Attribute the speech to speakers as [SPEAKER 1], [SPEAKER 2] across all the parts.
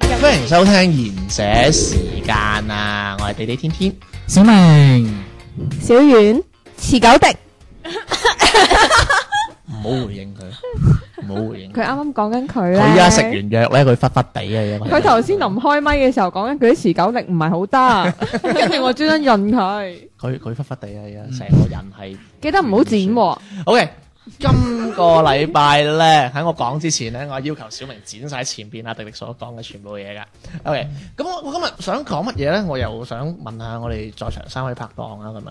[SPEAKER 1] 歡迎收聽賢者時間啊！我係地地天天，
[SPEAKER 2] 小明
[SPEAKER 3] 小丸持久迪，
[SPEAKER 1] 唔好回 應佢，唔好回應
[SPEAKER 3] 佢啱啱講緊佢咧。
[SPEAKER 1] 佢依家食完藥咧，佢忽忽地啊！因為
[SPEAKER 3] 佢頭先臨開咪嘅時候講緊佢啲持久力唔係好得，跟住我專登潤佢，
[SPEAKER 1] 佢佢忽忽地啊！而家成個人係。
[SPEAKER 3] 記得唔好剪喎。
[SPEAKER 1] OK，今個禮拜咧 喺我講之前咧，我要求小明剪晒前邊阿迪迪所講嘅全部嘢噶。OK，咁我我今日想講乜嘢咧？我又想問下我哋在場三位拍檔啊，咁樣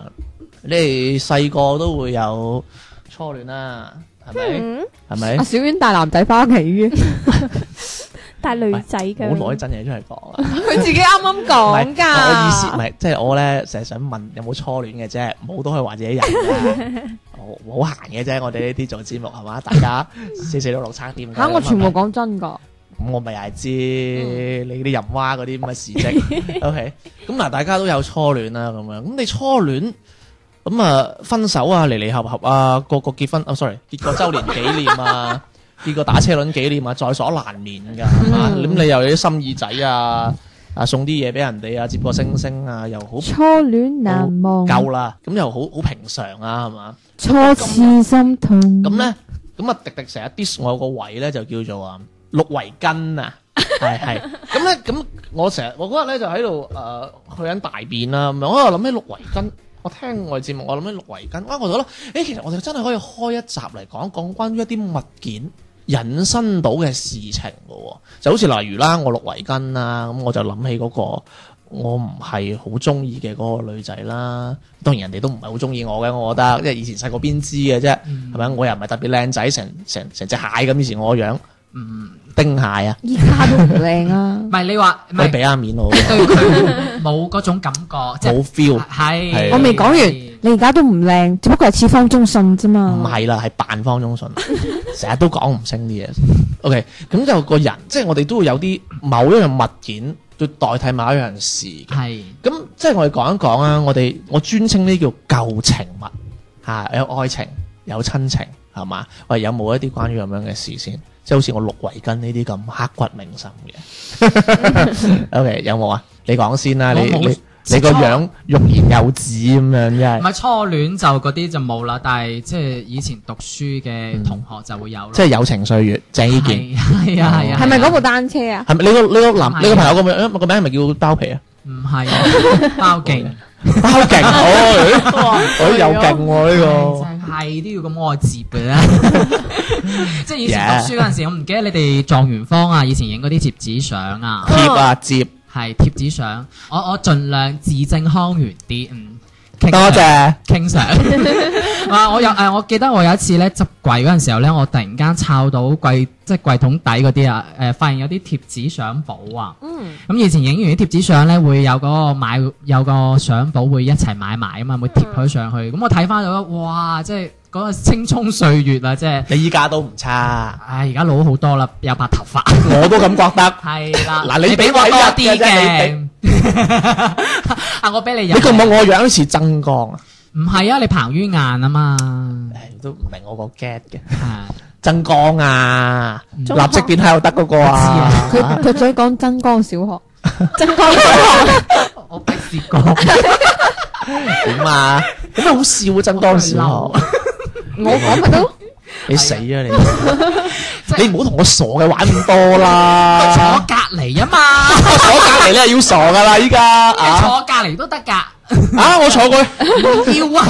[SPEAKER 1] 你哋細個都會有初戀啦，係咪？係咪
[SPEAKER 3] 阿？小丸帶男仔翻屋企嘅，
[SPEAKER 4] 但係女仔
[SPEAKER 1] 唔好攞啲
[SPEAKER 4] 嘅，
[SPEAKER 1] 真嘢出嚟講啊！
[SPEAKER 3] 佢自己啱啱
[SPEAKER 1] 唔係
[SPEAKER 3] 講㗎。
[SPEAKER 1] 我意思唔係，即係我咧成日想問有冇初戀嘅啫，冇都可以話自己有嘅。我好閒嘅啫，我哋呢啲做節目係嘛？大家四四六六差點㗎
[SPEAKER 3] 嚇！我全部講真㗎。
[SPEAKER 1] 咁我咪又係知你啲淫蛙嗰啲咁嘅事蹟。OK，咁嗱，大家都有初戀啦，咁樣咁你初戀咁啊分手啊，離離合合啊，個個結婚啊，sorry，結過周年紀念啊，結過打車輪紀念啊，在所難免㗎，係嘛？咁你又有啲心意仔啊，啊送啲嘢俾人哋啊，接個星星啊，又好
[SPEAKER 3] 初戀難忘，
[SPEAKER 1] 夠啦，咁又好好平常啊，係嘛？
[SPEAKER 3] 初次心痛。
[SPEAKER 1] 咁咧，咁啊迪迪成日 diss 我有個位咧，就叫做啊綠圍巾啊，係係。咁咧，咁我成日我嗰日咧就喺度誒去緊大便啦，咁樣我又諗起綠圍巾。我聽我哋節目，我諗起綠圍巾，啊我就覺得，誒其實我哋真係可以開一集嚟講講關於一啲物件引申到嘅事情嘅喎，就好似例如啦，我綠圍巾啦，啊咁我就諗起嗰、個。我唔係好中意嘅嗰個女仔啦，當然人哋都唔係好中意我嘅，我覺得，
[SPEAKER 5] 嗯
[SPEAKER 1] 因為以前細個邊知嘅啫，係咪、我又唔係特別靚仔，成成成隻蟹咁，以前我個樣，嗯，丁蟹啊，
[SPEAKER 3] 依家都唔靚啊！
[SPEAKER 5] 唔係你話唔
[SPEAKER 1] 你
[SPEAKER 5] 係
[SPEAKER 1] 俾
[SPEAKER 5] 對
[SPEAKER 1] 下面我，
[SPEAKER 5] 佢冇嗰種感覺，即係啊
[SPEAKER 1] 冇 feel，係
[SPEAKER 5] 係
[SPEAKER 3] 我未講完，你而家都唔靚，只不過係似方中信啫嘛。
[SPEAKER 1] 唔係啦，係扮方中信，成日都講唔清啲嘢。OK，咁就個人，即係我哋都會有啲某一樣物件，去代替某一樣事嘅
[SPEAKER 5] 係
[SPEAKER 1] 咁即係我哋講一講啊，我哋我專稱呢叫舊情物嚇、有愛情，有親情，係嘛？喂，有冇一啲關於咁樣嘅事先？即係好似我綠圍巾呢啲咁刻骨銘心嘅。OK，有冇啊？你講先啦，
[SPEAKER 5] 我
[SPEAKER 1] 你
[SPEAKER 5] 冇
[SPEAKER 1] 你你個樣欲言又止咁樣，真
[SPEAKER 5] 唔
[SPEAKER 1] 係
[SPEAKER 5] 係初戀就嗰啲就冇啦，但係即係以前讀書嘅同學就會有咯。
[SPEAKER 1] 即係友情歲月，鄭伊健
[SPEAKER 5] 係係啊係啊，
[SPEAKER 3] 係咪嗰部單車啊？
[SPEAKER 1] 係咪？你個你個男你個
[SPEAKER 5] 係
[SPEAKER 1] 朋友個名個名係咪叫包皮啊？
[SPEAKER 5] 唔 係啊包勁？
[SPEAKER 1] 包勁 哦，佢又勁喎呢個。
[SPEAKER 5] 係都要咁愛接嘅啦。 即係以前
[SPEAKER 1] Yeah
[SPEAKER 5] 讀書嗰陣時，我唔記得你哋狀元坊啊，以前影嗰啲貼紙相啊。
[SPEAKER 1] 貼啊接，
[SPEAKER 5] 係貼紙相，我我盡量字正腔圓啲，嗯，傾
[SPEAKER 1] 多
[SPEAKER 5] 上
[SPEAKER 1] 謝。
[SPEAKER 5] 傾上。 啊，我有誒，我記得我有一次咧執櫃嗰陣時候咧，我突然間抄到櫃即係櫃桶底嗰啲啊，誒、發現有啲貼紙相簿啊。
[SPEAKER 3] 嗯，
[SPEAKER 5] 咁以前影完啲貼紙相咧，會有嗰個買有個相簿會一齊買埋啊嘛，會貼佢上去。咁我睇翻到，哇！即係嗰個青葱歲月啊，即係，
[SPEAKER 1] 你依家都唔差，
[SPEAKER 5] 唉，而家老好多啦，有白 頭髮。
[SPEAKER 1] 我都咁覺得。
[SPEAKER 5] 係啦，
[SPEAKER 1] 嗱你
[SPEAKER 5] 俾啊
[SPEAKER 1] 俾
[SPEAKER 5] 我
[SPEAKER 1] 我
[SPEAKER 5] 多
[SPEAKER 1] 一
[SPEAKER 5] 啲
[SPEAKER 1] 嘅啫
[SPEAKER 5] 嘅， 啊，我俾你有，
[SPEAKER 1] 你覺唔覺我樣似曾江啊？
[SPEAKER 5] 唔係啊，你彭于晏啊嘛，
[SPEAKER 1] 誒，都唔明我個 get 嘅。
[SPEAKER 5] 係
[SPEAKER 1] 曾江啊，立
[SPEAKER 3] 中學
[SPEAKER 1] 即變態又得嗰個啊。
[SPEAKER 3] 佢佢想講真光 小學，
[SPEAKER 5] 我俾試過，
[SPEAKER 1] 點啊？咁咪好笑啊！曾江小學，
[SPEAKER 3] 我講咪得咯。
[SPEAKER 1] 你死啊你！ 你唔好同我傻嘅玩咁多啦
[SPEAKER 5] 坐。隔離啊嘛，
[SPEAKER 1] 我坐隔離你係要傻噶啦依家啊！
[SPEAKER 5] 坐隔離都得㗎，
[SPEAKER 1] 啊，我坐佢，
[SPEAKER 5] 要啊，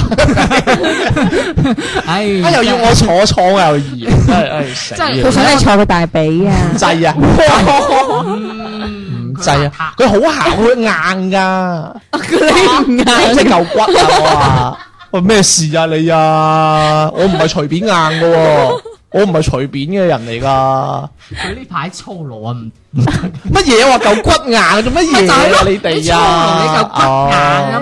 [SPEAKER 5] 唉，
[SPEAKER 1] 啊又要我坐坐我又嫌，真係唉死
[SPEAKER 5] 真係
[SPEAKER 3] 佢
[SPEAKER 1] 啊！
[SPEAKER 3] 想你坐佢大髀啊！
[SPEAKER 1] 制啊，
[SPEAKER 5] 唔
[SPEAKER 1] 唔制啊！，佢好姣，佢硬㗎。
[SPEAKER 3] 你唔
[SPEAKER 1] 即係嚿骨啊！我話 喂咩事啊你啊？我唔係隨便硬嘅喎，我唔係隨便嘅人嚟㗎。
[SPEAKER 5] 佢呢排粗魯啊，唔
[SPEAKER 1] 乜嘢啊話嚿骨硬做乜嘢啊？你哋啊，
[SPEAKER 5] 你粗魯你嚿骨硬啊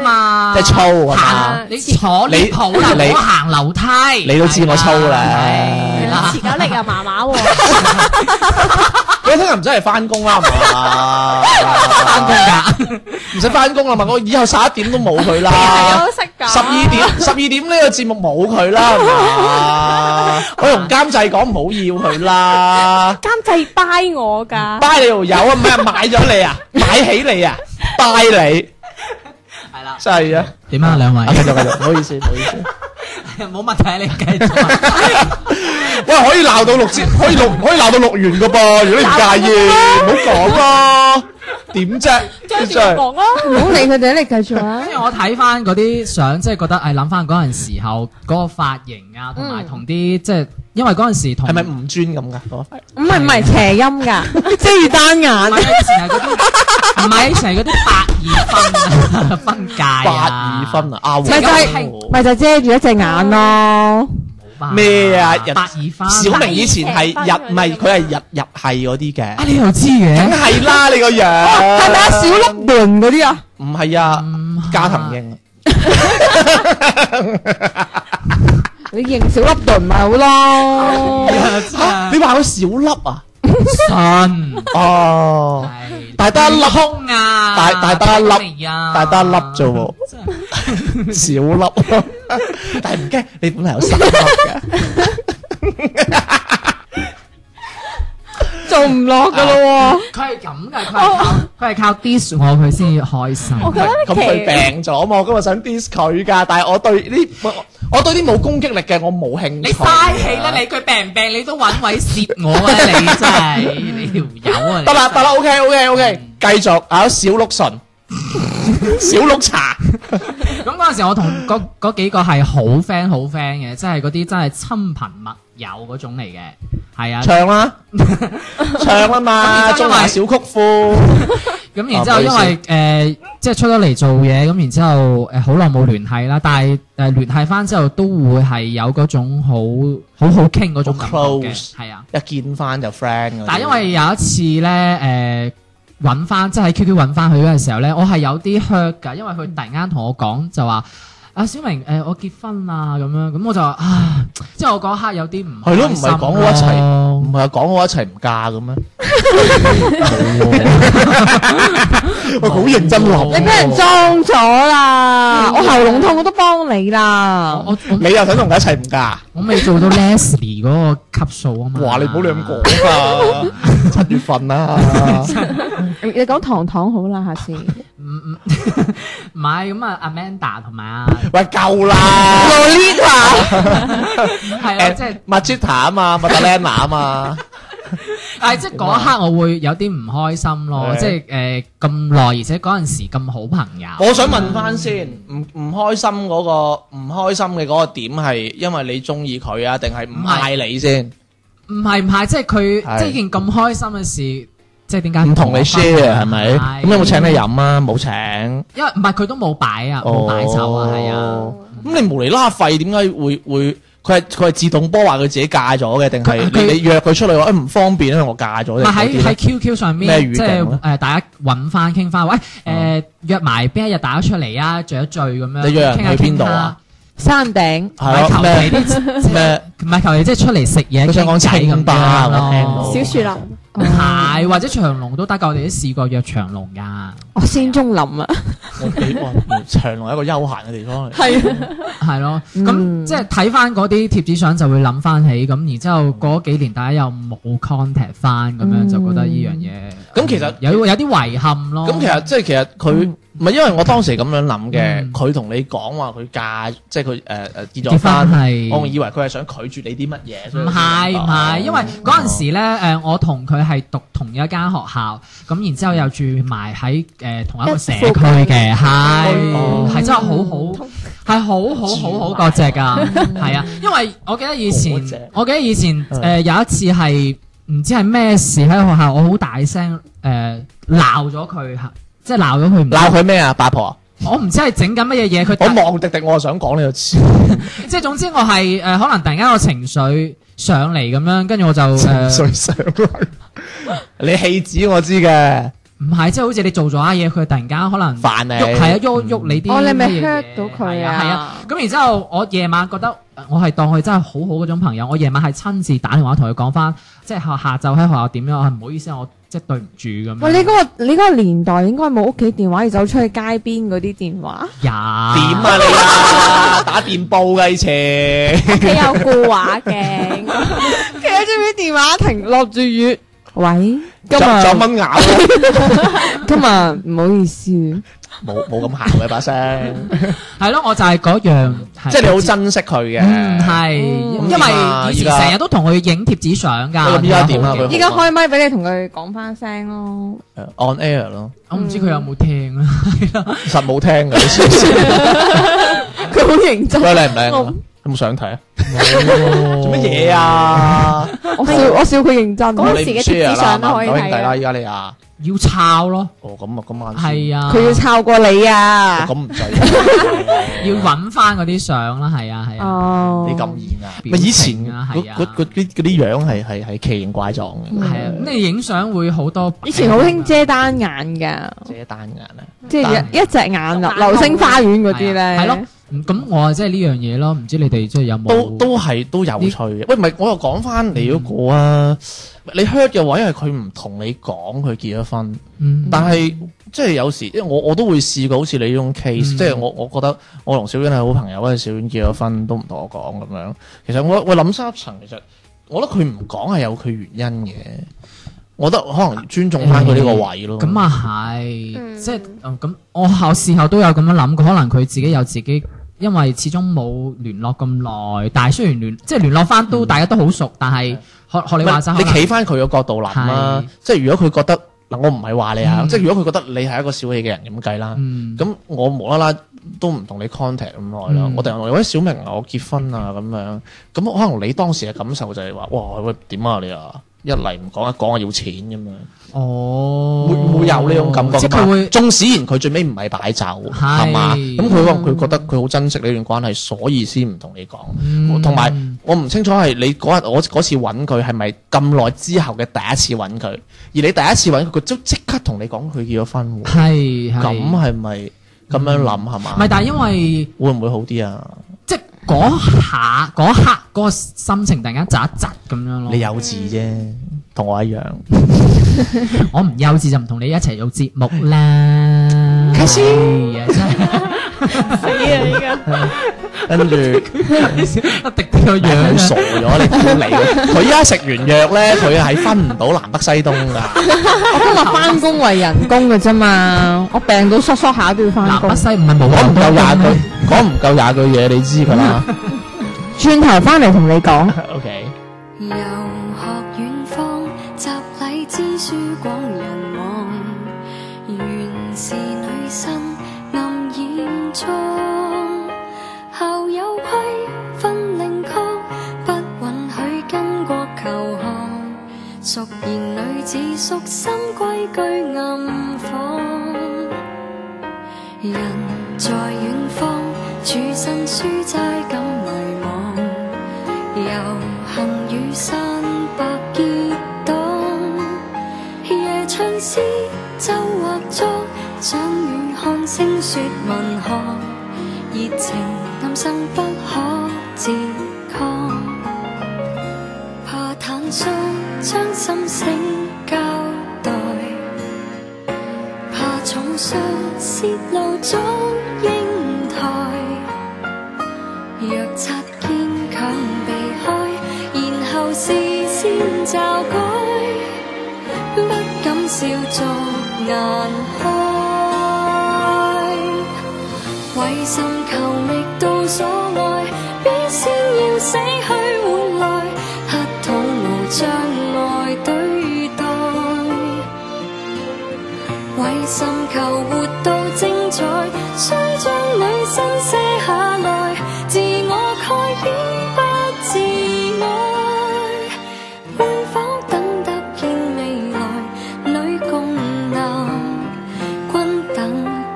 [SPEAKER 1] 哦，
[SPEAKER 5] 嘛，
[SPEAKER 1] 即係粗啊嘛
[SPEAKER 5] 行，你坐呢鋪啦，
[SPEAKER 1] 你
[SPEAKER 5] 唔好行樓梯。
[SPEAKER 1] 你都知我粗啦
[SPEAKER 5] 係啦
[SPEAKER 4] 持久力又麻麻喎，
[SPEAKER 1] 嗰啲人唔使係翻工啦，係嘛？翻 工㗎，唔使翻工啦嘛，我以後十一點都冇佢啦。
[SPEAKER 4] 休息噶。
[SPEAKER 1] 十二點，十二點呢個節目冇佢啦，係嘛？我同監製講唔好要佢啦，
[SPEAKER 4] 监制掰我噶，
[SPEAKER 1] 拜你條友啊，咩買咗你啊，買起你啊，拜你，
[SPEAKER 5] 係啦，
[SPEAKER 1] 真係啊！
[SPEAKER 5] 點啊兩位
[SPEAKER 1] 啊，繼續繼續，唔好意思，唔好意思。
[SPEAKER 5] 冇問題，你繼續啊。
[SPEAKER 1] 喂，可以鬧到六折，可以六可以鬧到六元噶噃，如果你唔介意，唔好講啦。點啫？
[SPEAKER 4] 張
[SPEAKER 1] 真
[SPEAKER 4] 住個
[SPEAKER 1] 係
[SPEAKER 4] 房咯。
[SPEAKER 3] 唔好理佢哋，你繼續啊
[SPEAKER 5] 因。為我睇翻嗰啲相，即係覺得誒諗翻嗰陣時候嗰個髮型啊，同埋同啲即係因為嗰陣時同
[SPEAKER 1] 嗯係咪唔專咁噶？嗰個
[SPEAKER 3] 唔係唔啊係斜音 㗎，即係單
[SPEAKER 5] 唔
[SPEAKER 3] 眼。
[SPEAKER 5] 係以前係嗰啲唔係成日嗰啲百二分啊分界啊
[SPEAKER 1] 八二分啊，啊
[SPEAKER 3] 咪就係
[SPEAKER 1] 喎
[SPEAKER 3] 咪就係遮住一隻眼咯。
[SPEAKER 5] 哇
[SPEAKER 1] 咩啊人
[SPEAKER 5] 百二分
[SPEAKER 1] 小明以前係日，唔係佢係日日係嗰啲
[SPEAKER 5] 啊
[SPEAKER 1] 嘅，
[SPEAKER 5] 你又知
[SPEAKER 1] 梗
[SPEAKER 5] 嘅
[SPEAKER 1] 係啦，你個
[SPEAKER 3] 係咪啊？
[SPEAKER 1] 樣
[SPEAKER 3] 小粒門嗰啲啊？
[SPEAKER 1] 唔係啊
[SPEAKER 5] 唔，係
[SPEAKER 1] 加藤英
[SPEAKER 3] 你認小粒門咪好 咯。
[SPEAKER 1] 啊，你話佢小粒啊？
[SPEAKER 5] 信
[SPEAKER 1] 哦，
[SPEAKER 5] 係
[SPEAKER 1] 大得一粒
[SPEAKER 5] 空啊
[SPEAKER 1] 大大得一粒
[SPEAKER 5] 嚟啊
[SPEAKER 1] 大得一粒啫喎
[SPEAKER 5] 真係
[SPEAKER 1] 小粒，但係唔驚，你本嚟有三粒 嘅。
[SPEAKER 3] 做唔落噶咯
[SPEAKER 5] 佢係咁嘅，佢係靠佢係靠 dis 我佢先至開心。
[SPEAKER 4] 我覺得
[SPEAKER 1] 咁佢
[SPEAKER 4] 其
[SPEAKER 1] 病咗嘛，我今日想 diss 佢噶，但係我對呢，我我對啲冇攻擊力嘅我冇興趣。
[SPEAKER 5] 你嘥氣啦！你佢病唔病你都揾位蝕我啊！你真係你條友啊！你
[SPEAKER 1] 得啦得啦，OK OK OK，繼
[SPEAKER 5] 嗯
[SPEAKER 1] 續啊，小碌 唇，小碌茶，
[SPEAKER 5] 咁嗰陣時，我同嗰嗰幾個係好 friend 好 friend 嘅，即係嗰啲真係親朋密友嗰種嚟嘅，係啊。
[SPEAKER 1] 唱 啦，唱啦嘛，
[SPEAKER 5] 咁然
[SPEAKER 1] 中
[SPEAKER 5] 之後因為
[SPEAKER 1] 華小曲庫，
[SPEAKER 5] 咁然之後，因
[SPEAKER 1] 啊
[SPEAKER 5] 為誒、呃即係出咗嚟做嘢，咁然之後誒好耐冇聯繫啦，但係誒、呃、聯繫翻之後都會係有嗰種好好好傾嗰種感覺
[SPEAKER 1] 好
[SPEAKER 5] 嘅，
[SPEAKER 1] close
[SPEAKER 5] 係啊。
[SPEAKER 1] 一見翻就 friend 嗰啲。
[SPEAKER 5] 但係因為有一次咧誒揾翻，即係喺 QQ 揾翻佢嗰陣時候咧，我係有啲 hurt 㗎，因為佢突然間同我講就話。啊，小明，誒、我結婚啦，咁樣，咁我就話啊，即係我嗰刻有啲唔
[SPEAKER 1] 係咯
[SPEAKER 5] 開
[SPEAKER 1] 唔係
[SPEAKER 5] 心啊
[SPEAKER 1] 講好一齊
[SPEAKER 5] 咯
[SPEAKER 1] 唔係講好一齊唔嫁嘅 咩？喂，好認真
[SPEAKER 3] 喎，
[SPEAKER 1] 諗，
[SPEAKER 3] 你俾人裝咗啦，我喉嚨痛我都幫你啦。
[SPEAKER 5] 我我
[SPEAKER 1] 你又想同佢一齊唔嫁？
[SPEAKER 5] 我未做到 Leslie 嗰個級數啊嘛。
[SPEAKER 1] 哇！你唔好亂咁講啊，七月份啊 啦。
[SPEAKER 3] 你你講糖糖好啦，下次。
[SPEAKER 5] 唔唔唔係咁啊，Amanda 同 埋啊，
[SPEAKER 1] 喂，夠啦 啊
[SPEAKER 3] Lolita，
[SPEAKER 5] 係啦，即係，
[SPEAKER 1] ，Magita 啊嘛，Madalena 啊嘛，
[SPEAKER 5] 但係即係嗰一刻我會有啲唔開心咯，
[SPEAKER 1] 係
[SPEAKER 5] 即係誒咁耐，而且嗰陣時咁好朋友，
[SPEAKER 1] 我想問翻先，唔唔開心嗰個唔開心嘅嗰個點係因為你中意佢啊，定係唔嗌你先？
[SPEAKER 5] 唔係唔係，即係佢
[SPEAKER 1] 係
[SPEAKER 5] 即係件咁開心嘅事，即係點解
[SPEAKER 1] 唔同你 share 啊係咪？咁有冇請你
[SPEAKER 5] 入？
[SPEAKER 1] 飲啊？哦冇請。咁
[SPEAKER 5] 啊因為唔係佢都冇擺啊，冇擺酒啊，係啊。
[SPEAKER 1] 你無厘啦廢，點解會會？佢係佢係自動波話佢自己嫁咗嘅，定係
[SPEAKER 5] 佢佢
[SPEAKER 1] 你你約佢出嚟話誒唔方便，因為我嫁咗。
[SPEAKER 5] 咪喺喺 QQ 上
[SPEAKER 1] 咩
[SPEAKER 5] 面，
[SPEAKER 1] 語
[SPEAKER 5] 即
[SPEAKER 1] 境啊哦咧
[SPEAKER 5] 係誒大家揾翻傾翻，喂誒約埋邊一日大家出嚟啊，聚一聚咁樣。
[SPEAKER 1] 你約人
[SPEAKER 5] 傾下
[SPEAKER 1] 去邊度
[SPEAKER 5] 傾下
[SPEAKER 1] 啊？
[SPEAKER 3] 山頂
[SPEAKER 5] 唔係
[SPEAKER 1] 係
[SPEAKER 5] 求
[SPEAKER 1] 咯咩
[SPEAKER 5] 其啲即係
[SPEAKER 1] 咩？
[SPEAKER 5] 唔係求其，即係出嚟食嘢
[SPEAKER 1] 佢想講
[SPEAKER 5] 傾偈咁
[SPEAKER 1] 清吧
[SPEAKER 5] 樣
[SPEAKER 1] 我聽到
[SPEAKER 5] 咯。
[SPEAKER 4] 小樹林。
[SPEAKER 5] 係或者長龍都得㗎，我哋都試過約長龍㗎。
[SPEAKER 3] 我仙蹤林啊，
[SPEAKER 1] 我幾哇！長隆係一個休閒嘅地方嚟。
[SPEAKER 3] 係
[SPEAKER 5] 係咯，咁、
[SPEAKER 3] 嗯
[SPEAKER 5] 即係睇翻嗰啲貼紙相就會諗翻起，咁然之後過咗幾年，大家又冇 contact 翻，咁樣、就覺得呢樣嘢
[SPEAKER 1] 嗯
[SPEAKER 5] 嗯
[SPEAKER 1] 咁其實
[SPEAKER 5] 有有啲遺憾咯。
[SPEAKER 1] 咁其實即係其實佢唔係因為我當時咁樣諗嘅，
[SPEAKER 5] 嗯
[SPEAKER 1] 佢同你講話佢嫁，即係佢誒誒結咗
[SPEAKER 5] 結婚
[SPEAKER 1] 婚，
[SPEAKER 5] 係
[SPEAKER 1] 我仲以為佢係想拒絕你啲乜嘢。所以哦
[SPEAKER 5] 唔
[SPEAKER 1] 我先
[SPEAKER 5] 係
[SPEAKER 1] 咁
[SPEAKER 5] 唔係，
[SPEAKER 1] 講
[SPEAKER 5] 因為嗰陣時咧，誒我同佢係讀同一間學校，咁然之後又住埋喺誒同一個社區嘅，係
[SPEAKER 1] 哦
[SPEAKER 5] 係真係好好，係好好好好嗰只㗎，係啊，因為我記得以
[SPEAKER 1] 嗰隻
[SPEAKER 5] 前，我記得以前誒有一次係唔知係咩事喺學校，我好大聲誒鬧咗佢，即係鬧咗佢唔
[SPEAKER 1] 鬧佢咩啊？八婆
[SPEAKER 5] 我唔知係整緊乜嘢嘢，佢
[SPEAKER 1] 我
[SPEAKER 5] 突
[SPEAKER 1] 望迪迪，我就想講呢個詞。
[SPEAKER 5] 即係總之我係誒、呃可能突然間個情緒上嚟咁樣，跟住我就誒。呃
[SPEAKER 1] 水上嚟，你棄子我知嘅，
[SPEAKER 5] 唔係，即係好似你做咗下嘢，佢突然間可能
[SPEAKER 1] 煩你
[SPEAKER 5] 喐，係啊，喐喐你啲
[SPEAKER 3] 哦你咪
[SPEAKER 5] 乜嘢嘢
[SPEAKER 3] hurt 到佢啊
[SPEAKER 5] 係係啊。咁然之後，我夜晚覺得呃我係當佢真係好好嗰種朋友，我夜晚係親自打電話同佢講翻，即係下下晝喺學校點樣，啊唔好意思啊，我即係對唔住咁樣。
[SPEAKER 3] 喂，你嗰、個你嗰個年代應該冇屋企電話，要走出去街邊嗰啲電話。
[SPEAKER 5] 呀
[SPEAKER 1] 點啊你 啊，打電報嘅以前，
[SPEAKER 4] 佢有固話嘅，
[SPEAKER 3] 企喺出邊電話亭，落住雨。喂，今
[SPEAKER 1] 就就
[SPEAKER 3] 日
[SPEAKER 1] 掹牙咯，
[SPEAKER 3] 今日唔好意 思，
[SPEAKER 1] 冇冇咁行嘅把聲，
[SPEAKER 5] 係咯，我就係嗰樣，
[SPEAKER 1] 即係你好珍惜佢
[SPEAKER 5] 嗯
[SPEAKER 1] 嘅。
[SPEAKER 5] 係，
[SPEAKER 3] 嗯
[SPEAKER 5] 因為以
[SPEAKER 1] 依家
[SPEAKER 5] 前成日都同佢影貼紙相㗎。
[SPEAKER 1] 咁依家點啊佢
[SPEAKER 3] 依家開咪俾你同佢講翻聲咯。
[SPEAKER 1] 誒 on air 咯，
[SPEAKER 5] 我唔知佢有冇聽啊。
[SPEAKER 1] 實冇聽嘅，你知唔知
[SPEAKER 3] 佢好認真，
[SPEAKER 1] 喂靚唔靚啊？有冇想睇啊？
[SPEAKER 5] 做
[SPEAKER 1] 做乜嘢？啊？
[SPEAKER 3] 我笑我笑佢認真。
[SPEAKER 4] 嗰陣時嘅貼紙相都可以
[SPEAKER 1] 你唔 share 啦萬九兄
[SPEAKER 4] 睇
[SPEAKER 1] 弟
[SPEAKER 4] 嘅
[SPEAKER 1] 啦，依家你啊，
[SPEAKER 5] 要抄咯，
[SPEAKER 1] 哦咁啊，今晚先
[SPEAKER 5] 係啊。
[SPEAKER 3] 佢要抄過你
[SPEAKER 1] 哦
[SPEAKER 3] 啊！
[SPEAKER 1] 咁唔制，
[SPEAKER 5] 要揾翻嗰啲相啦，係啊，係啊，
[SPEAKER 3] 哦，
[SPEAKER 1] 你咁嚴啊？
[SPEAKER 5] 表
[SPEAKER 1] 咪
[SPEAKER 5] 情啊
[SPEAKER 1] 以前
[SPEAKER 5] 係
[SPEAKER 1] 嗰
[SPEAKER 5] 啊
[SPEAKER 1] 嗰嗰啲嗰啲樣係係係奇形怪狀嘅，
[SPEAKER 5] 係啊，咁你影相會好多。
[SPEAKER 3] 嗯
[SPEAKER 5] 啊
[SPEAKER 3] 以前好興，遮單眼噶，
[SPEAKER 1] 遮單眼啊！
[SPEAKER 3] 即係一一隻眼
[SPEAKER 4] 單
[SPEAKER 3] 流
[SPEAKER 4] 眼
[SPEAKER 3] 流星花園嗰啲咧。
[SPEAKER 5] 係咯，嗯咁我啊，即係呢樣嘢咯，唔知你哋即係有冇？
[SPEAKER 1] 都都係都有趣嘅。喂，唔係我又講翻你嗰個啊，你 hurt 嘅位係佢唔同你講佢結咗婚，
[SPEAKER 5] 嗯，
[SPEAKER 1] 但係即係有時，因為我我都會試過好似你呢種 case，、
[SPEAKER 5] 嗯
[SPEAKER 1] 即係我我覺得我同小婉係好朋友嗰陣，小婉結咗婚都唔同我講咁樣。其實我我諗深一層，其實我覺得佢唔講係有佢原因嘅。我覺得可能尊重翻佢呢個位咯。
[SPEAKER 5] 咁啊係，
[SPEAKER 4] 嗯
[SPEAKER 5] 即係嗯咁，我後事後都有咁樣諗過，可能佢自己有自己。因為始終冇聯絡咁耐，但係雖然聯即係聯絡翻都大家都好熟，但係學學你話
[SPEAKER 1] 嗯
[SPEAKER 5] 齋，
[SPEAKER 1] 唔係你企翻佢嘅角度諗啦
[SPEAKER 5] 係，
[SPEAKER 1] 即係如果佢覺得嗱，我唔係話你啊，
[SPEAKER 5] 嗯
[SPEAKER 1] 即係如果佢覺得你係一個小氣嘅人咁計啦，
[SPEAKER 5] 嗯
[SPEAKER 1] 咁、我無啦啦都唔同你 contact 咁耐啦，
[SPEAKER 5] 嗯
[SPEAKER 1] 我突然話喂小明啊，我結婚啊咁樣，咁可能你當時嘅感受就係話哇喂點啊你啊！一嚟唔講，一講我要錢咁樣，
[SPEAKER 5] 哦，
[SPEAKER 1] 會會有呢種感覺
[SPEAKER 5] 即係
[SPEAKER 1] 㗎
[SPEAKER 5] 佢
[SPEAKER 1] 嘛
[SPEAKER 5] 會。
[SPEAKER 1] 縱使然佢最尾唔係擺酒，係嘛？咁佢話佢覺得佢好珍惜呢段關係，所以先唔同你講。
[SPEAKER 5] 嗯
[SPEAKER 1] 同埋我唔清楚係你嗰日我嗰次揾佢係咪咁耐之後嘅第一次揾佢，而你第一次揾佢，佢即即刻同你講佢結咗婚喎，
[SPEAKER 5] 係係
[SPEAKER 1] 咁啊係咪咁樣諗係
[SPEAKER 5] 唔係？
[SPEAKER 1] 嘛？
[SPEAKER 5] 但係因為
[SPEAKER 1] 會唔會好啲啊？
[SPEAKER 5] 即係嗰下嗰刻嗰個心情突然間窒一窒咁樣咯。
[SPEAKER 1] 你幼稚啫，同我一樣。
[SPEAKER 5] 我唔幼稚就唔同你一齊做節目啦。開心啊！真係
[SPEAKER 4] 啊
[SPEAKER 1] 跟 住
[SPEAKER 5] 一滴滴 個
[SPEAKER 1] 佢
[SPEAKER 5] 樣
[SPEAKER 1] 傻
[SPEAKER 5] 啊
[SPEAKER 1] 咗，你估你？佢依家食完藥咧，佢係分唔到南北西東㗎。
[SPEAKER 3] 我今日翻工為人工嘅啫 嘛，我病到縮縮下都要翻
[SPEAKER 5] 南
[SPEAKER 3] 工
[SPEAKER 5] 北。西唔係冇
[SPEAKER 1] 講唔
[SPEAKER 5] 咁
[SPEAKER 1] 夠
[SPEAKER 5] 多
[SPEAKER 1] 廿
[SPEAKER 5] 句
[SPEAKER 1] 句，講唔夠廿句嘢，你知㗎啦。
[SPEAKER 3] 轉頭翻嚟同你講。
[SPEAKER 1] OK。
[SPEAKER 6] 遊學遠方，習禮知書廣人望。原是女生暗掩妝，校有規分令綱，不允許巾幗求降。淑賢女子宿心歸居暗房。人在遠方，處身書齋感迷惘。猶恨與山伯結黨，夜唱詩，週或妝，想遠看星雪文項，熱情暗生不可自抗。怕坦率將心聲交代。怕重傷泄露總英台，若擦肩強避開，然後視線驟改，不敢笑逐顏開。為甚求覓到所愛，必先要死去換來，乞討無將愛對待。為甚求活到精彩，需將女生卸下來，自我蓋於不自愛。會否等得見未來，女共男均等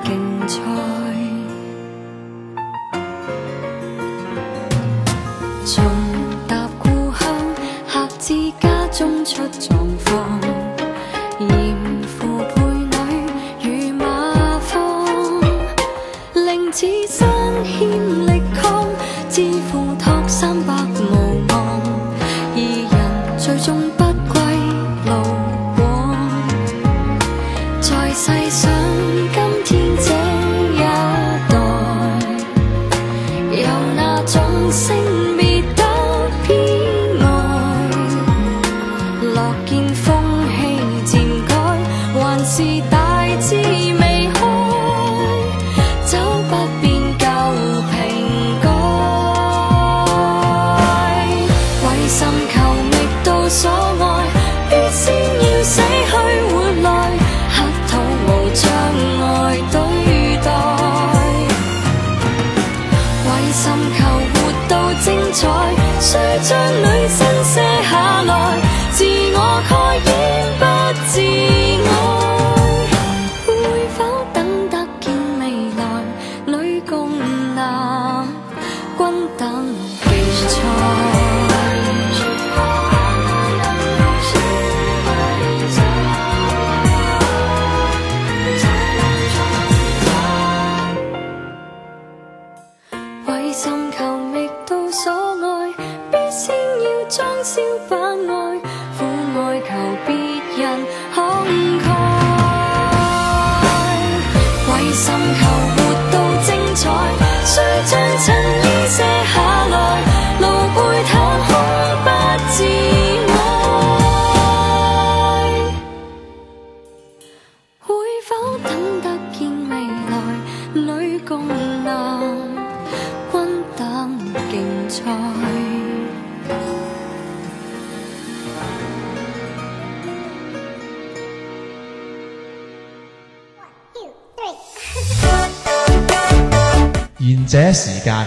[SPEAKER 6] 競賽？重踏故鄉，客至家中出狀況。嚴父配女與馬坊，令此生欠力抗，自負托三百無望。二人最終不歸路往。在世上，今天這一代，有那種性別的偏愛，樂見風氣漸改，還是大志未開，走不遍舊瓶蓋。為甚求覓到所愛，必先要死去活來，乞討無障礙對待。為甚求活到精彩，需將女生卸下來，自我蓋掩不自愛。會否等得見未來，女共男均等比賽？為尋求覓到所愛，必先要裝笑扮愛，苦愛求別人慷慨。為尋求活到精彩，需將襯衣卸下來，露背袒胸不自愛。會否等得見未來女共男均等競賽？
[SPEAKER 7] 贤者時間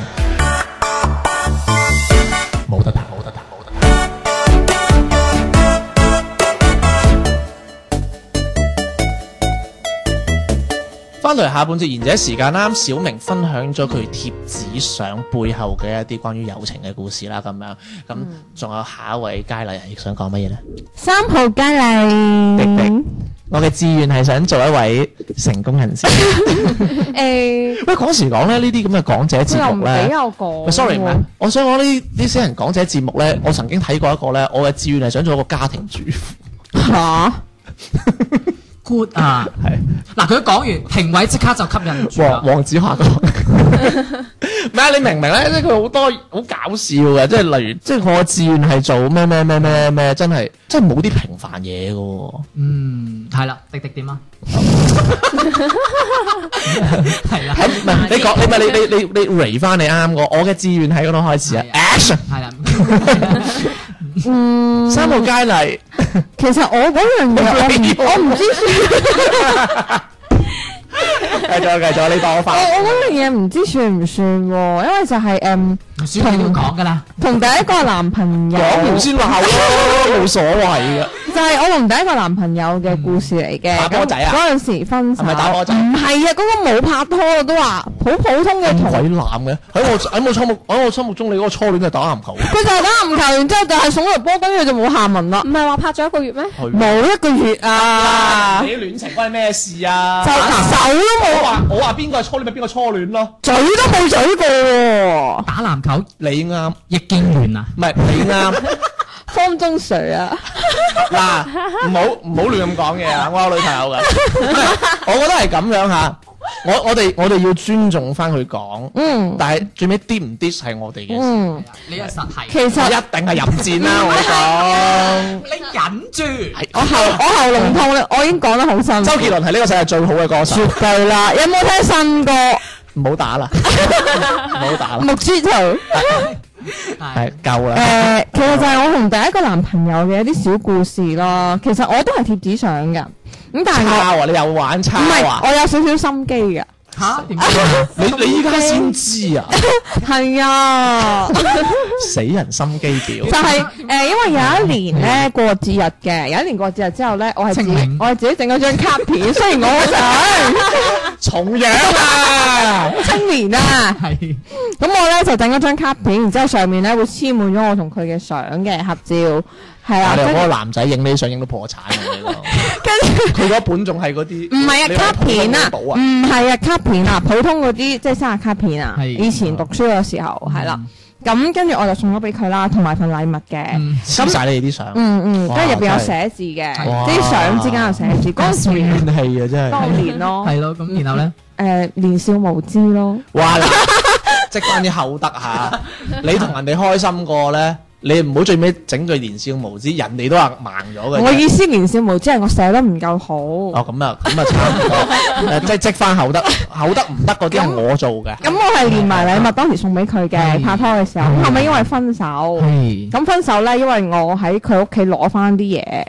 [SPEAKER 7] 冇得彈，冇得彈，冇得彈。
[SPEAKER 1] 翻到嚟下半節賢者時間啦，啱小明分享咗佢貼紙相背後嘅一啲關於友情嘅故事啦，咁樣
[SPEAKER 3] 嗯
[SPEAKER 1] 咁仲有下一位佳麗係想講乜嘢呢？
[SPEAKER 4] 三號佳麗，
[SPEAKER 1] 迪
[SPEAKER 3] 嗯
[SPEAKER 1] 迪，我嘅志願係想做一位成功人士。
[SPEAKER 3] 诶，
[SPEAKER 1] 喂，講時講咧，呢啲咁嘅講者
[SPEAKER 3] 佢
[SPEAKER 1] 節
[SPEAKER 3] 又唔
[SPEAKER 1] 目
[SPEAKER 3] 俾啊
[SPEAKER 1] 咧。
[SPEAKER 3] 我講
[SPEAKER 1] 喂
[SPEAKER 3] 喎。
[SPEAKER 1] ，sorry 唔係，我想講呢呢些人講者節目咧，我曾經睇過一個咧，我嘅志願係想做一個家庭主 婦。
[SPEAKER 3] 吓，
[SPEAKER 5] good 啊！
[SPEAKER 1] 係
[SPEAKER 5] 嗱，佢講完評委即刻就吸引唔住啦
[SPEAKER 1] 黃。黃子華講， 唔係你明唔明咧？即係佢好多好搞笑嘅，即係例如，即係我嘅志願係做咩咩咩咩咩，真係真係冇啲平凡嘢嘅喎。
[SPEAKER 5] 嗯，係啦，迪迪點啊？係啦，
[SPEAKER 1] 係唔係你講你咪你你你你 r 翻你啱我，我嘅志願喺嗰度開始啊
[SPEAKER 5] 係啊
[SPEAKER 1] ！Action，
[SPEAKER 5] 係啦，
[SPEAKER 3] 嗯，
[SPEAKER 1] 三號佳 麗，
[SPEAKER 3] 其實我嗰樣 嘢我唔我唔知
[SPEAKER 1] 繼續繼續，你當我
[SPEAKER 3] 我
[SPEAKER 1] 發。
[SPEAKER 3] 我嗰樣嘢唔知算唔算喎，因為就係誒
[SPEAKER 5] 唔需要你要講 噶啦。
[SPEAKER 3] 同第一個男朋友，
[SPEAKER 1] 講完
[SPEAKER 3] 就
[SPEAKER 1] 先話咯，冇所謂嘅。
[SPEAKER 3] 係我同第一個男朋友嘅故事嚟嘅。
[SPEAKER 1] 打波仔啊
[SPEAKER 3] 咁嗰陣時分手，
[SPEAKER 1] 係咪打波仔
[SPEAKER 3] 唔係啊，嗰個冇拍拖啊，都話好普通嘅
[SPEAKER 1] 咁
[SPEAKER 3] 同
[SPEAKER 1] 鬼濫嘅喺我喺我心目喺我心目中，你嗰個初戀係打籃球。
[SPEAKER 3] 佢就係打籃球，然之後就係送入波，跟住就冇下文啦
[SPEAKER 4] 唔，係話拍咗一個月咩？
[SPEAKER 3] 冇一個月 啊，
[SPEAKER 1] 你戀情關你咩事啊
[SPEAKER 3] 就手都冇，
[SPEAKER 1] 話我話邊個係初戀咪邊個初戀咯。
[SPEAKER 3] 嘴都冇嘴過喎，
[SPEAKER 5] 打籃球
[SPEAKER 1] 你啱，
[SPEAKER 5] 易建聯啊，
[SPEAKER 1] 唔係你啱。
[SPEAKER 3] 方中水啊，
[SPEAKER 1] 嗱，唔好唔好亂咁講嘢啊！我有女朋友㗎，唔係我覺得係咁樣吓。我我哋我哋要尊重翻佢講，
[SPEAKER 3] 嗯
[SPEAKER 1] 但係最尾 dis 唔 dis 係我哋嘅事。
[SPEAKER 3] 嗯，
[SPEAKER 5] 你係實係。
[SPEAKER 3] 其實
[SPEAKER 1] 我一。定係淫賤啦！我
[SPEAKER 5] 你忍住，
[SPEAKER 1] 講，我
[SPEAKER 3] 我喉我喉嚨痛啦，我已經講得好辛苦。
[SPEAKER 1] 周杰倫係呢個世界最好嘅歌手，
[SPEAKER 3] 絕對啦，有冇聽 新歌《
[SPEAKER 1] 唔好打啦， 唔好打啦，
[SPEAKER 3] 木珠頭》？
[SPEAKER 1] 係夠啦。
[SPEAKER 3] 誒，呃其實就係我同第一個男朋友嘅一啲小故事咯。其實我都係貼紙相嘅，咁但係我
[SPEAKER 1] 抄啊！你又玩抄
[SPEAKER 3] 唔係
[SPEAKER 1] 啊！
[SPEAKER 3] 我有少少心機嘅，
[SPEAKER 5] 吓點解啊？
[SPEAKER 1] 你你依家先知啊！
[SPEAKER 3] 係啊。
[SPEAKER 1] 死人心機婊
[SPEAKER 3] 就係、誒、因為有一年咧過節日嘅，有一年過節日之後咧，我係自
[SPEAKER 5] 清明
[SPEAKER 3] 我係自己整咗張卡片，雖然我好想，
[SPEAKER 1] 重樣啊！
[SPEAKER 3] 青年啊！
[SPEAKER 5] 係
[SPEAKER 3] 咁我咧就整咗張卡片，然之後上面咧會黐滿咗我同佢嘅相嘅合照，係啦，
[SPEAKER 1] 我哋啊嗰
[SPEAKER 3] 跟
[SPEAKER 1] 個男仔影呢啲相影到破產啊！
[SPEAKER 3] 跟
[SPEAKER 1] 佢嗰本仲係嗰啲
[SPEAKER 3] 唔係啊卡片啊，
[SPEAKER 1] 寶
[SPEAKER 3] 唔係啊卡片啊，普通嗰啲即係生日卡片啊，
[SPEAKER 5] 係
[SPEAKER 3] 以前讀書嘅時候係啦，咁跟住我就送咗俾佢啦，同埋份禮物嘅。
[SPEAKER 5] 嗯
[SPEAKER 1] 黐晒你哋啲相，
[SPEAKER 3] 嗯嗯，
[SPEAKER 1] 哇
[SPEAKER 3] 跟住入邊有
[SPEAKER 1] 真係
[SPEAKER 3] 寫字嘅，
[SPEAKER 1] 哇
[SPEAKER 3] 即係相之間有寫字。嗰陣時
[SPEAKER 1] 怨氣啊真係。
[SPEAKER 3] 當年咯，
[SPEAKER 5] 係咯，咁然後咧，
[SPEAKER 3] 誒年少無知咯，
[SPEAKER 1] 哇！嗱 積翻啲厚德 嚇，你同人哋開心過咧，你唔好最尾整句年少無知，人哋都話盲咗嘅啫。
[SPEAKER 3] 我意思年少無知係我寫得唔夠好。
[SPEAKER 1] 哦，咁啊，咁啊，差唔 多，誒，即係積翻厚德，厚德唔得嗰啲係我做嘅。
[SPEAKER 3] 咁我係連埋禮物當時送俾佢嘅，
[SPEAKER 5] 係
[SPEAKER 3] 拍拖嘅時候，咁後尾因為分手，
[SPEAKER 5] 係
[SPEAKER 3] 咁分手咧，因為我喺佢屋企攞翻啲嘢，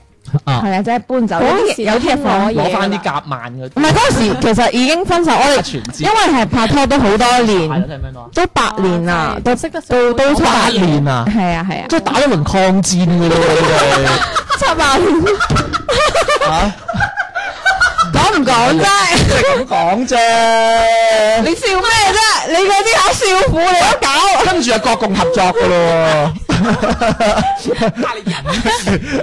[SPEAKER 5] 啊，
[SPEAKER 3] 係啊，即係搬走
[SPEAKER 4] 嗰
[SPEAKER 3] 有
[SPEAKER 4] 陣
[SPEAKER 3] 啲
[SPEAKER 4] 時
[SPEAKER 3] 有啲嘢放
[SPEAKER 4] 興攞嘢
[SPEAKER 1] 攞翻啲夾萬嘅，
[SPEAKER 3] 唔係嗰陣時其實已經分手，我
[SPEAKER 1] 家
[SPEAKER 3] 哋
[SPEAKER 1] 傳之
[SPEAKER 3] 因為係拍拖都好多
[SPEAKER 1] 係咯，
[SPEAKER 3] 年，
[SPEAKER 1] 聽唔聽到啊？
[SPEAKER 3] 都八年啦，都
[SPEAKER 4] 識得
[SPEAKER 3] 都都七
[SPEAKER 1] 八
[SPEAKER 3] 八年，
[SPEAKER 1] 年啊，
[SPEAKER 3] 係啊係啊，
[SPEAKER 1] 即係打一輪抗戰嘅咯， 你
[SPEAKER 3] 七八年。
[SPEAKER 1] 哋嚇，
[SPEAKER 3] 講唔講啫？
[SPEAKER 1] 即係咁講啫。
[SPEAKER 3] 你笑咩啫？你嗰啲嚇笑婦你都搞，
[SPEAKER 1] 跟住啊，國共合作嘅咯 喎，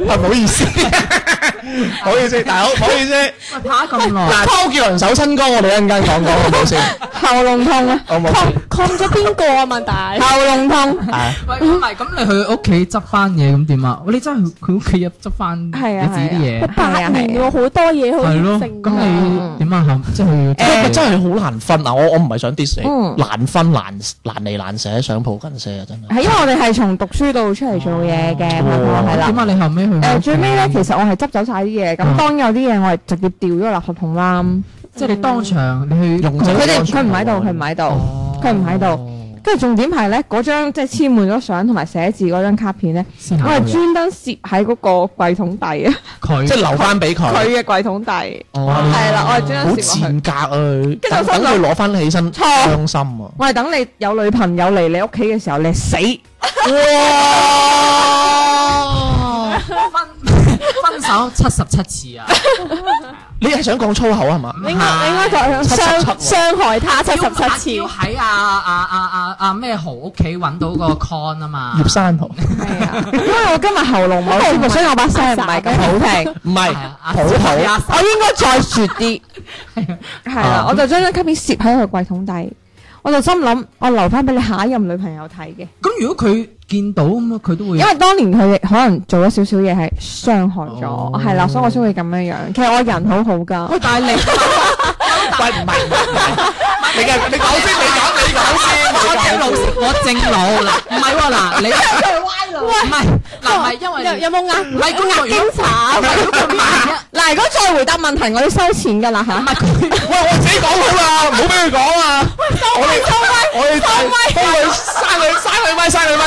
[SPEAKER 1] 啊唔好意 思，唔好意思，大佬，唔好意思，
[SPEAKER 5] 喂拍咗咁
[SPEAKER 3] 啊
[SPEAKER 5] 耐，
[SPEAKER 1] 嗱，周杰倫首新歌我哋一陣間講講好唔好先？
[SPEAKER 3] 喉嚨痛啊，
[SPEAKER 1] 好唔好先？
[SPEAKER 4] 抗咗邊個啊？問題
[SPEAKER 3] 喉嚨痛。
[SPEAKER 1] 啊，
[SPEAKER 5] 喂唔係咁你去屋企執翻嘢咁點啊？喂你真係去佢屋企入執翻你自己
[SPEAKER 3] 係啊
[SPEAKER 5] 啲嘢，
[SPEAKER 4] 八年喎，好多嘢好
[SPEAKER 5] 係咯，
[SPEAKER 4] 成
[SPEAKER 5] 咁你點啊？即係
[SPEAKER 1] 不過 真係好難分啊！我我唔係想 diss
[SPEAKER 3] 哎嗯
[SPEAKER 1] 你，難分難難離難捨，想抱緊些啊，真係。
[SPEAKER 3] 係因為我哋係從讀書度出嚟做嘢嘅，拍
[SPEAKER 1] 哦
[SPEAKER 3] 拖係啦
[SPEAKER 5] 點。啊？你後尾去
[SPEAKER 3] 誒、
[SPEAKER 5] 誒
[SPEAKER 3] 最尾咧，其實我係執走晒啲嘢，咁
[SPEAKER 5] 嗯
[SPEAKER 3] 當有啲嘢我係直接掉咗落合同啦。
[SPEAKER 5] 即係你當場你去
[SPEAKER 1] 用
[SPEAKER 3] 佢哋
[SPEAKER 1] 安
[SPEAKER 3] 佢
[SPEAKER 1] 全
[SPEAKER 3] 唔
[SPEAKER 1] 帽
[SPEAKER 3] 喺度，哦
[SPEAKER 1] 啊
[SPEAKER 3] 佢唔喺度，
[SPEAKER 5] 哦
[SPEAKER 3] 佢唔喺度。跟住重點係咧，嗰張即係黐滿咗相同埋寫字嗰張卡片咧，
[SPEAKER 5] 先
[SPEAKER 3] 我嗯係
[SPEAKER 5] 行
[SPEAKER 3] 啊專登攝喺嗰個櫃桶底 啊，
[SPEAKER 5] 佢
[SPEAKER 1] 即係留翻俾佢。
[SPEAKER 3] 佢嘅櫃桶底係
[SPEAKER 1] 哦
[SPEAKER 3] 啦，我係專
[SPEAKER 1] 好
[SPEAKER 3] 登攝落去。
[SPEAKER 1] 賤格啊！佢
[SPEAKER 3] 跟住我
[SPEAKER 1] 等
[SPEAKER 3] 心諗
[SPEAKER 1] 等佢攞翻起身，
[SPEAKER 3] 錯
[SPEAKER 1] 傷心啊！
[SPEAKER 3] 我係等你有女朋友嚟你屋企嘅時候，你死
[SPEAKER 1] 哇！
[SPEAKER 5] 分 手七十七次啊！
[SPEAKER 1] 你係想講粗口係嘛？
[SPEAKER 4] 你應該你應該講傷傷害他七啊十七
[SPEAKER 5] 要
[SPEAKER 4] 次，
[SPEAKER 5] 喺阿阿阿阿阿咩豪屋企揾到個 con 啊嘛
[SPEAKER 1] 葉，山 豪唔
[SPEAKER 3] 係啊！因為我今日喉嚨冇舒服， 所以我把聲唔係咁好聽。
[SPEAKER 1] 係
[SPEAKER 5] 係啊
[SPEAKER 1] 土
[SPEAKER 5] 係
[SPEAKER 1] 豪
[SPEAKER 5] 啊
[SPEAKER 3] 我應該再絕啲， 啊係啦，我就將張卡片攝喺佢櫃桶底，我就心諗我留翻俾你下一任女朋友睇嘅，
[SPEAKER 5] 咁如果佢見到咁啊，佢都會
[SPEAKER 3] 因為當年佢哋可能做咗少少嘢係傷害咗，係啦，所以我先會咁樣樣。其實我人好哦好噶，
[SPEAKER 5] 但係你
[SPEAKER 1] 喂唔係唔係，你嘅你講先，你講你講先，你講
[SPEAKER 5] 我正路
[SPEAKER 1] 先。
[SPEAKER 5] 我正路嗱，唔係喎嗱，你唔係嗱，唔係因
[SPEAKER 4] 有
[SPEAKER 5] 為
[SPEAKER 4] 有冇
[SPEAKER 3] 啊
[SPEAKER 4] 呃？
[SPEAKER 5] 唔係咁個警察，唔係咁個萬一
[SPEAKER 3] 嗱，如果再回答問題，我要收錢噶啦吓，
[SPEAKER 1] 喂，我自己講好啦，唔好俾佢講啊！我哋我哋幫佢刪佢刪佢咪刪佢咪，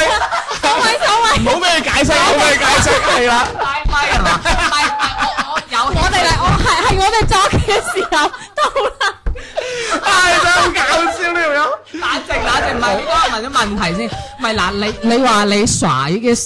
[SPEAKER 1] 唔好俾佢解釋，唔好俾佢解釋，係啦。
[SPEAKER 5] 大咪 係嘛？唔係唔係我我有
[SPEAKER 4] 我哋嚟，我係係我哋作嘅時候到啦。
[SPEAKER 1] 唉，真係好搞笑呢條友。
[SPEAKER 5] 打直打直，唔係應該問咗問題先。唔係 嗱，你你話你甩嘅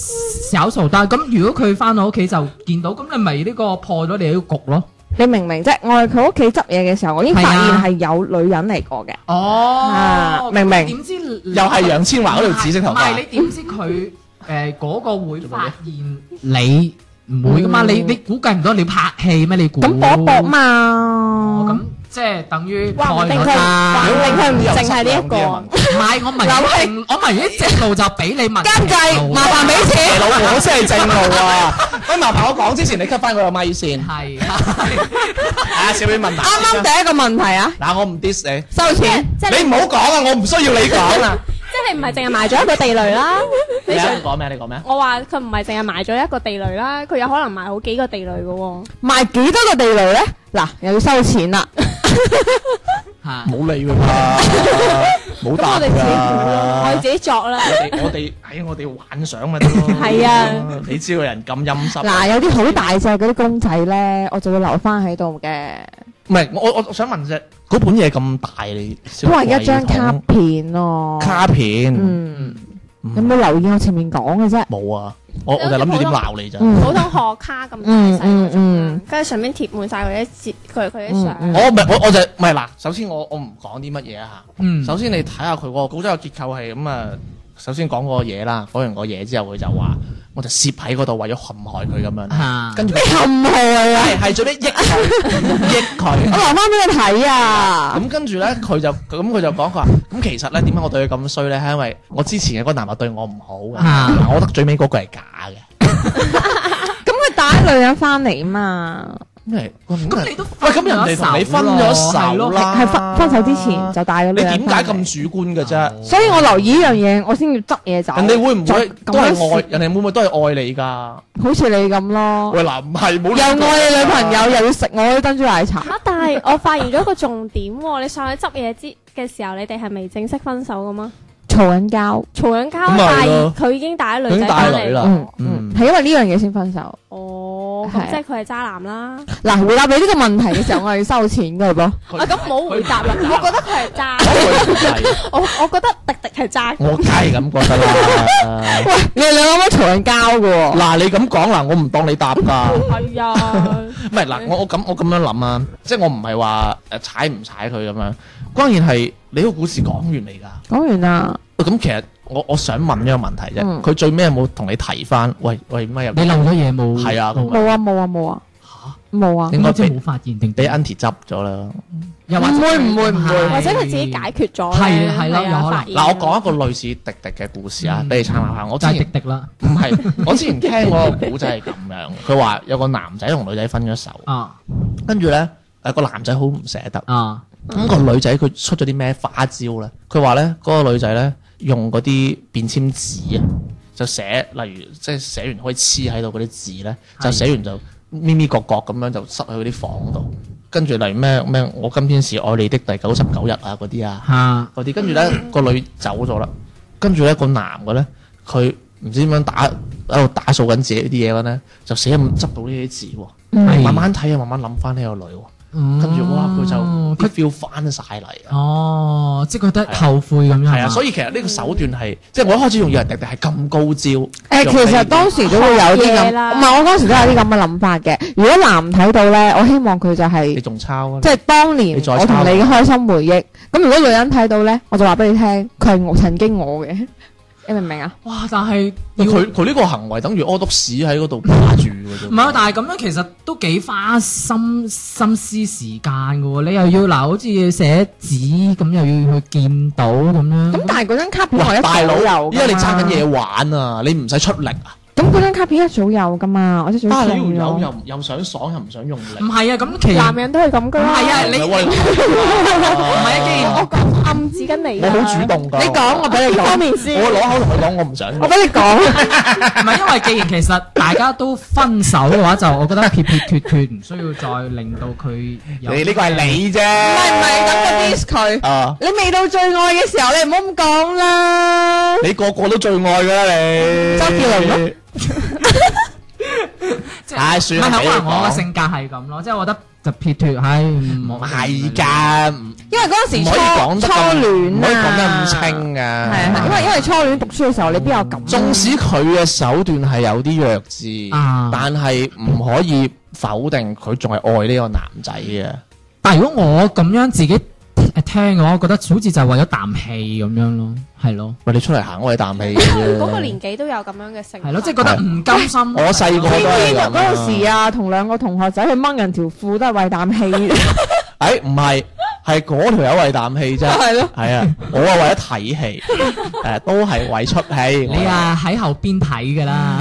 [SPEAKER 5] 小手但咁如果佢翻到屋企就見到，咁你咪呢個破咗你呢個局咯。
[SPEAKER 3] 你明唔明啫？我喺佢屋企執嘢嘅時候，我已經發現係有女人嚟過嘅，
[SPEAKER 5] 哦
[SPEAKER 3] 啊明唔明
[SPEAKER 5] 點知
[SPEAKER 1] 又係楊千嬅嗰條紫色頭
[SPEAKER 5] 唔係你
[SPEAKER 1] 髮。
[SPEAKER 5] 點知佢 誒嗰個會發現你唔會噶嘛？你你估計唔到你拍戲咩？你估
[SPEAKER 3] 咁搏一搏
[SPEAKER 5] 哦
[SPEAKER 3] 嘛
[SPEAKER 5] 咁。即係等於
[SPEAKER 4] 話唔定佢，
[SPEAKER 5] 概率
[SPEAKER 1] Ờ,
[SPEAKER 5] 啦
[SPEAKER 4] 話唔定佢唔淨係呢一個，
[SPEAKER 5] 唔係我問
[SPEAKER 3] 留氣
[SPEAKER 5] 正，我問啲直路就俾你
[SPEAKER 3] 監
[SPEAKER 5] 問直
[SPEAKER 3] 製，
[SPEAKER 5] 路
[SPEAKER 3] 麻煩俾錢。
[SPEAKER 1] 老婆，我先係正路啊！喂，麻煩我講之前，你 cut 翻佢個咪先。
[SPEAKER 5] 係
[SPEAKER 1] 啊，小妹問答
[SPEAKER 3] 啱啱
[SPEAKER 1] 先啦。
[SPEAKER 3] 第一個問題啊，
[SPEAKER 1] 嗱，我唔 diss 你，
[SPEAKER 3] 收錢。
[SPEAKER 4] 即係
[SPEAKER 1] 你唔好講啊，我唔需要你講啊。
[SPEAKER 4] 即係你唔係淨係埋咗一個地雷啦。
[SPEAKER 1] 你
[SPEAKER 4] 你想
[SPEAKER 1] 講咩？你講咩？
[SPEAKER 4] 我話佢唔係淨係埋咗一個地雷啦，佢有可能埋好幾個地雷嘅喎。
[SPEAKER 3] 賣幾多個地雷咧？嗱，又要收錢 啦。
[SPEAKER 5] 嚇
[SPEAKER 1] 冇理佢啦，
[SPEAKER 4] 咁
[SPEAKER 1] 冇
[SPEAKER 4] 我
[SPEAKER 1] 答
[SPEAKER 4] 哋自己估啦，我哋
[SPEAKER 1] 㗎。
[SPEAKER 4] 自己作啦。
[SPEAKER 1] 我哋我哋，哎，我哋幻想咪得咯。
[SPEAKER 4] 係啊，
[SPEAKER 1] 你知道人咁陰濕。
[SPEAKER 3] 嗱，有啲好大隻嗰啲公仔咧，我就會留翻喺度嘅。
[SPEAKER 1] 唔係我我我想問啫，嗰本嘢咁大，你小
[SPEAKER 3] 因為一張
[SPEAKER 1] 櫃桶
[SPEAKER 3] 卡片咯。
[SPEAKER 1] 卡片
[SPEAKER 3] 嗯，有冇留意我前面講嘅啫？
[SPEAKER 1] 冇啊，我我就諗住點鬧你咋。
[SPEAKER 3] 嗯
[SPEAKER 4] 普通學卡咁大
[SPEAKER 5] 嗯
[SPEAKER 4] 細嗰種啦，跟住上面貼滿晒佢啲字，佢佢啲相。
[SPEAKER 1] 我唔係我我就唔係嗱，首先我我唔講啲乜嘢啊嚇。
[SPEAKER 5] 嗯
[SPEAKER 1] 首先你睇下佢個稿仔嘅結構係咁啊，首先講個嘢啦，講完個嘢之後佢就話，我就攝喺嗰度為咗陷害佢咁樣，
[SPEAKER 5] 啊
[SPEAKER 1] 跟住佢
[SPEAKER 3] 冚害啊！
[SPEAKER 1] 係係最尾益 佢益
[SPEAKER 3] 我
[SPEAKER 1] 佢。
[SPEAKER 3] 留翻俾你睇 啊！
[SPEAKER 1] 咁跟住咧，佢就咁佢就講佢話，咁其實咧點解我對佢咁衰咧？係因為我之前嘅嗰個男朋友對我唔好嘅，
[SPEAKER 5] 啊
[SPEAKER 1] 嗱我覺得最尾嗰句係假嘅，
[SPEAKER 3] 咁佢打女人翻嚟嘛，
[SPEAKER 1] 因為咁
[SPEAKER 5] 你都
[SPEAKER 1] 喂咁人哋同你分咗
[SPEAKER 5] 係
[SPEAKER 1] 手
[SPEAKER 5] 咯
[SPEAKER 1] 啦，
[SPEAKER 3] 係分分手之前就帶咗
[SPEAKER 1] 你
[SPEAKER 3] 女人
[SPEAKER 1] 點解
[SPEAKER 3] 返嚟？
[SPEAKER 1] 咁主觀嘅啫？
[SPEAKER 3] 所以我留意呢樣嘢，我先要執嘢走。
[SPEAKER 1] 人哋會唔會
[SPEAKER 3] 哦就
[SPEAKER 1] 都
[SPEAKER 3] 咁
[SPEAKER 1] 係
[SPEAKER 3] 樣
[SPEAKER 1] 愛？人哋會唔會都係愛你㗎？
[SPEAKER 3] 好似你咁咯，
[SPEAKER 1] 喂，嗱，唔係冇
[SPEAKER 3] 又愛你女朋友，又要食我啲珍珠奶茶。
[SPEAKER 4] 啊！但係我發現咗一個重點喎，你上去執嘢之嘅時候，你哋係未正式分手嘅嗎？
[SPEAKER 3] 嘈緊交，
[SPEAKER 4] 嘈緊交，
[SPEAKER 1] 咁咪係
[SPEAKER 4] 但
[SPEAKER 1] 咯
[SPEAKER 4] 係佢已經帶咗
[SPEAKER 1] 已
[SPEAKER 4] 女
[SPEAKER 1] 經
[SPEAKER 4] 仔
[SPEAKER 1] 帶
[SPEAKER 4] 翻
[SPEAKER 1] 女
[SPEAKER 4] 嚟。
[SPEAKER 1] 啦。
[SPEAKER 3] 嗯嗯，係因為呢樣嘢先分手。
[SPEAKER 4] 哦，咁
[SPEAKER 3] 係
[SPEAKER 4] 即係佢係渣男啦。
[SPEAKER 3] 嗱，回答你呢個問題嘅時候，我係要收錢 噶噃。
[SPEAKER 4] 啊，咁冇回答啦。我覺得佢係渣，我
[SPEAKER 1] 我
[SPEAKER 4] 我覺得迪迪係渣。
[SPEAKER 1] 梗係咁覺得啦。
[SPEAKER 3] 喂，你哋兩個都嘈緊交噶喎。
[SPEAKER 1] 嗱，你咁講嗱，我唔當你答㗎。
[SPEAKER 4] 係啊，
[SPEAKER 1] 唔係嗱，我我咁我咁樣諗啊，即係我唔係話誒踩唔踩佢咁樣，關鍵係你個故事講完未㗎？
[SPEAKER 3] 講完啦，
[SPEAKER 1] 咁其實我我想問一個問題啫，
[SPEAKER 3] 嗯
[SPEAKER 1] 佢最尾有冇同你提翻？喂喂，乜入
[SPEAKER 5] 你漏咗嘢冇？
[SPEAKER 1] 係啊咁
[SPEAKER 3] 冇啊冇啊冇啊，冇啊。
[SPEAKER 1] 應
[SPEAKER 5] 應
[SPEAKER 1] 該
[SPEAKER 5] 該即係
[SPEAKER 1] 俾
[SPEAKER 5] 冇發現定
[SPEAKER 1] 俾 Auntie 執咗啦。
[SPEAKER 5] 又或者
[SPEAKER 3] 唔會唔會唔會
[SPEAKER 4] 或者佢自己解決咗咧，
[SPEAKER 5] 係係啦
[SPEAKER 4] 係啊
[SPEAKER 5] 有可能
[SPEAKER 4] 發現
[SPEAKER 1] 嗯嗱，我講一個類似迪迪嘅故事啊，
[SPEAKER 5] 嗯
[SPEAKER 1] 俾你參考下。我
[SPEAKER 5] 就
[SPEAKER 1] 之
[SPEAKER 5] 係
[SPEAKER 1] 前
[SPEAKER 5] 滴滴啦。
[SPEAKER 1] 唔係，我之前聽嗰個古仔係咁樣，佢話有個男仔同女仔分咗手，
[SPEAKER 5] 啊
[SPEAKER 1] 跟住咧誒個男仔好唔捨得，
[SPEAKER 5] 啊
[SPEAKER 1] 咁、個女仔佢出咗啲咩花招咧？佢話咧嗰個女仔咧用嗰啲便簽紙啊，就寫例如即係寫完可以黐喺度嗰啲字咧，就
[SPEAKER 5] 係
[SPEAKER 1] 寫完就咪咪角角咁樣就塞去嗰啲房度，跟住例如咩咩我今天是愛你的第九十九日啊嗰啲啊。
[SPEAKER 5] 嚇！
[SPEAKER 1] 嗰啲，跟住咧個女走咗啦，跟住咧個男嘅咧，佢唔知點樣打喺度打掃緊自己啲嘢嘅咧，就死咁執到呢啲字喎。
[SPEAKER 3] 嗯
[SPEAKER 5] 係
[SPEAKER 1] 慢慢睇啊，慢慢諗翻呢個女喎，
[SPEAKER 5] 跟
[SPEAKER 1] 跟住哇佢
[SPEAKER 3] 嗯
[SPEAKER 1] 就佢 feel 翻晒嚟啊！
[SPEAKER 5] 哦，即係覺得後悔咁樣
[SPEAKER 3] 嗯
[SPEAKER 1] 係啊，所
[SPEAKER 5] 以
[SPEAKER 1] 以其實呢個手段係，即係我一開始仲以為迪迪係咁高招。
[SPEAKER 3] 誒，其實當時都會有啲
[SPEAKER 4] 學
[SPEAKER 3] 咁，
[SPEAKER 4] 嘢啦
[SPEAKER 3] 唔係我當時都有啲咁嘅諗法嘅。如果男睇到咧，我希望佢就
[SPEAKER 1] 你
[SPEAKER 3] 係
[SPEAKER 1] 仲抄啊！
[SPEAKER 3] 即係當年
[SPEAKER 1] 你再
[SPEAKER 3] 我同
[SPEAKER 1] 抄
[SPEAKER 3] 你嘅開心回憶。咁如果女人睇到咧，我就話俾你聽，佢係我曾經我嘅， 你明唔明啊？
[SPEAKER 5] 哇，但係要
[SPEAKER 1] 佢佢呢個行為等於屙督屎喺嗰度掛住嘅啫。
[SPEAKER 5] 唔係，但係咁樣其實都幾花心心思時間嘅喎，你又要嗱，好似寫紙咁，又要去見到咁樣。
[SPEAKER 3] 咁但係嗰張卡片我
[SPEAKER 1] 喂
[SPEAKER 3] 一
[SPEAKER 1] 大
[SPEAKER 3] 早
[SPEAKER 1] 佬，
[SPEAKER 3] 有㗎
[SPEAKER 1] 因為你爭緊
[SPEAKER 3] 嘛
[SPEAKER 1] 嘢玩啊，你唔使出力啊。
[SPEAKER 3] 咁嗰張卡片一早有噶嘛，我一早
[SPEAKER 1] 啊，你
[SPEAKER 3] 送
[SPEAKER 1] 條友
[SPEAKER 3] 咗。
[SPEAKER 1] 又又想爽又唔想用力
[SPEAKER 5] 唔。係啊，咁其實
[SPEAKER 4] 男人都係咁噶
[SPEAKER 5] 唔
[SPEAKER 4] 啦。
[SPEAKER 5] 係啊，你
[SPEAKER 1] 喂
[SPEAKER 5] 唔 係啊，既然
[SPEAKER 4] 我講暗指緊你
[SPEAKER 1] 我
[SPEAKER 4] 啊。
[SPEAKER 1] 好主動㗎。
[SPEAKER 3] 你講，我俾你
[SPEAKER 4] 方
[SPEAKER 3] 講，
[SPEAKER 4] 面先。
[SPEAKER 1] 我攞口同佢講，我唔想。
[SPEAKER 3] 我俾你講。
[SPEAKER 5] 唔係因為既然其實大家都分手嘅話，就我覺得撇撇脱脱，唔需要再令到佢有。
[SPEAKER 1] 你呢個係你啫。
[SPEAKER 3] 唔係唔係咁嘅 diss 佢，
[SPEAKER 1] 啊！
[SPEAKER 3] 你未到最愛嘅時候，你唔好咁講啦。
[SPEAKER 1] 你個個都最愛㗎啦，你。
[SPEAKER 3] 周杰倫咯
[SPEAKER 5] 即
[SPEAKER 1] 唉算
[SPEAKER 5] 唔
[SPEAKER 1] 啦
[SPEAKER 5] 係可能我嘅
[SPEAKER 1] 俾
[SPEAKER 5] 性格係咁咯，即係我覺得就撇脱，唉，唔
[SPEAKER 1] 唔係。㗎，唔
[SPEAKER 3] 因為嗰陣時
[SPEAKER 1] 唔
[SPEAKER 3] 初
[SPEAKER 1] 可以講得
[SPEAKER 3] 初
[SPEAKER 1] 咁唔
[SPEAKER 3] 戀
[SPEAKER 1] 可以
[SPEAKER 3] 啊，
[SPEAKER 1] 講得咁清㗎。
[SPEAKER 3] 係啊，係啊因為因為初戀讀書嘅時候，你邊有咁？
[SPEAKER 1] 縱使佢嘅手段係有啲弱智，
[SPEAKER 5] 啊
[SPEAKER 1] 但係唔可以否定佢仲係愛呢個男仔嘅。
[SPEAKER 5] 但係如果我咁樣自己誒聽嘅話，我覺得好似就係為咗啖氣咁樣咯，係咯，
[SPEAKER 1] 喂，你出嚟行我哋啖氣啫。
[SPEAKER 4] 嗰個年紀都有咁樣嘅性格。
[SPEAKER 5] 係咯，即係覺得唔甘心。
[SPEAKER 1] 我細個都係
[SPEAKER 3] 天
[SPEAKER 1] 咁啊
[SPEAKER 3] 啊嗰陣時啊，同兩個同學仔去掹人條褲都係為啖氣，
[SPEAKER 1] 诶，哎唔係，係嗰條友為啖氣啫。
[SPEAKER 3] 係咯。
[SPEAKER 1] 係啊，我啊為咗睇戲， 诶，都係為出戲。
[SPEAKER 5] 你啊喺後邊睇㗎啦，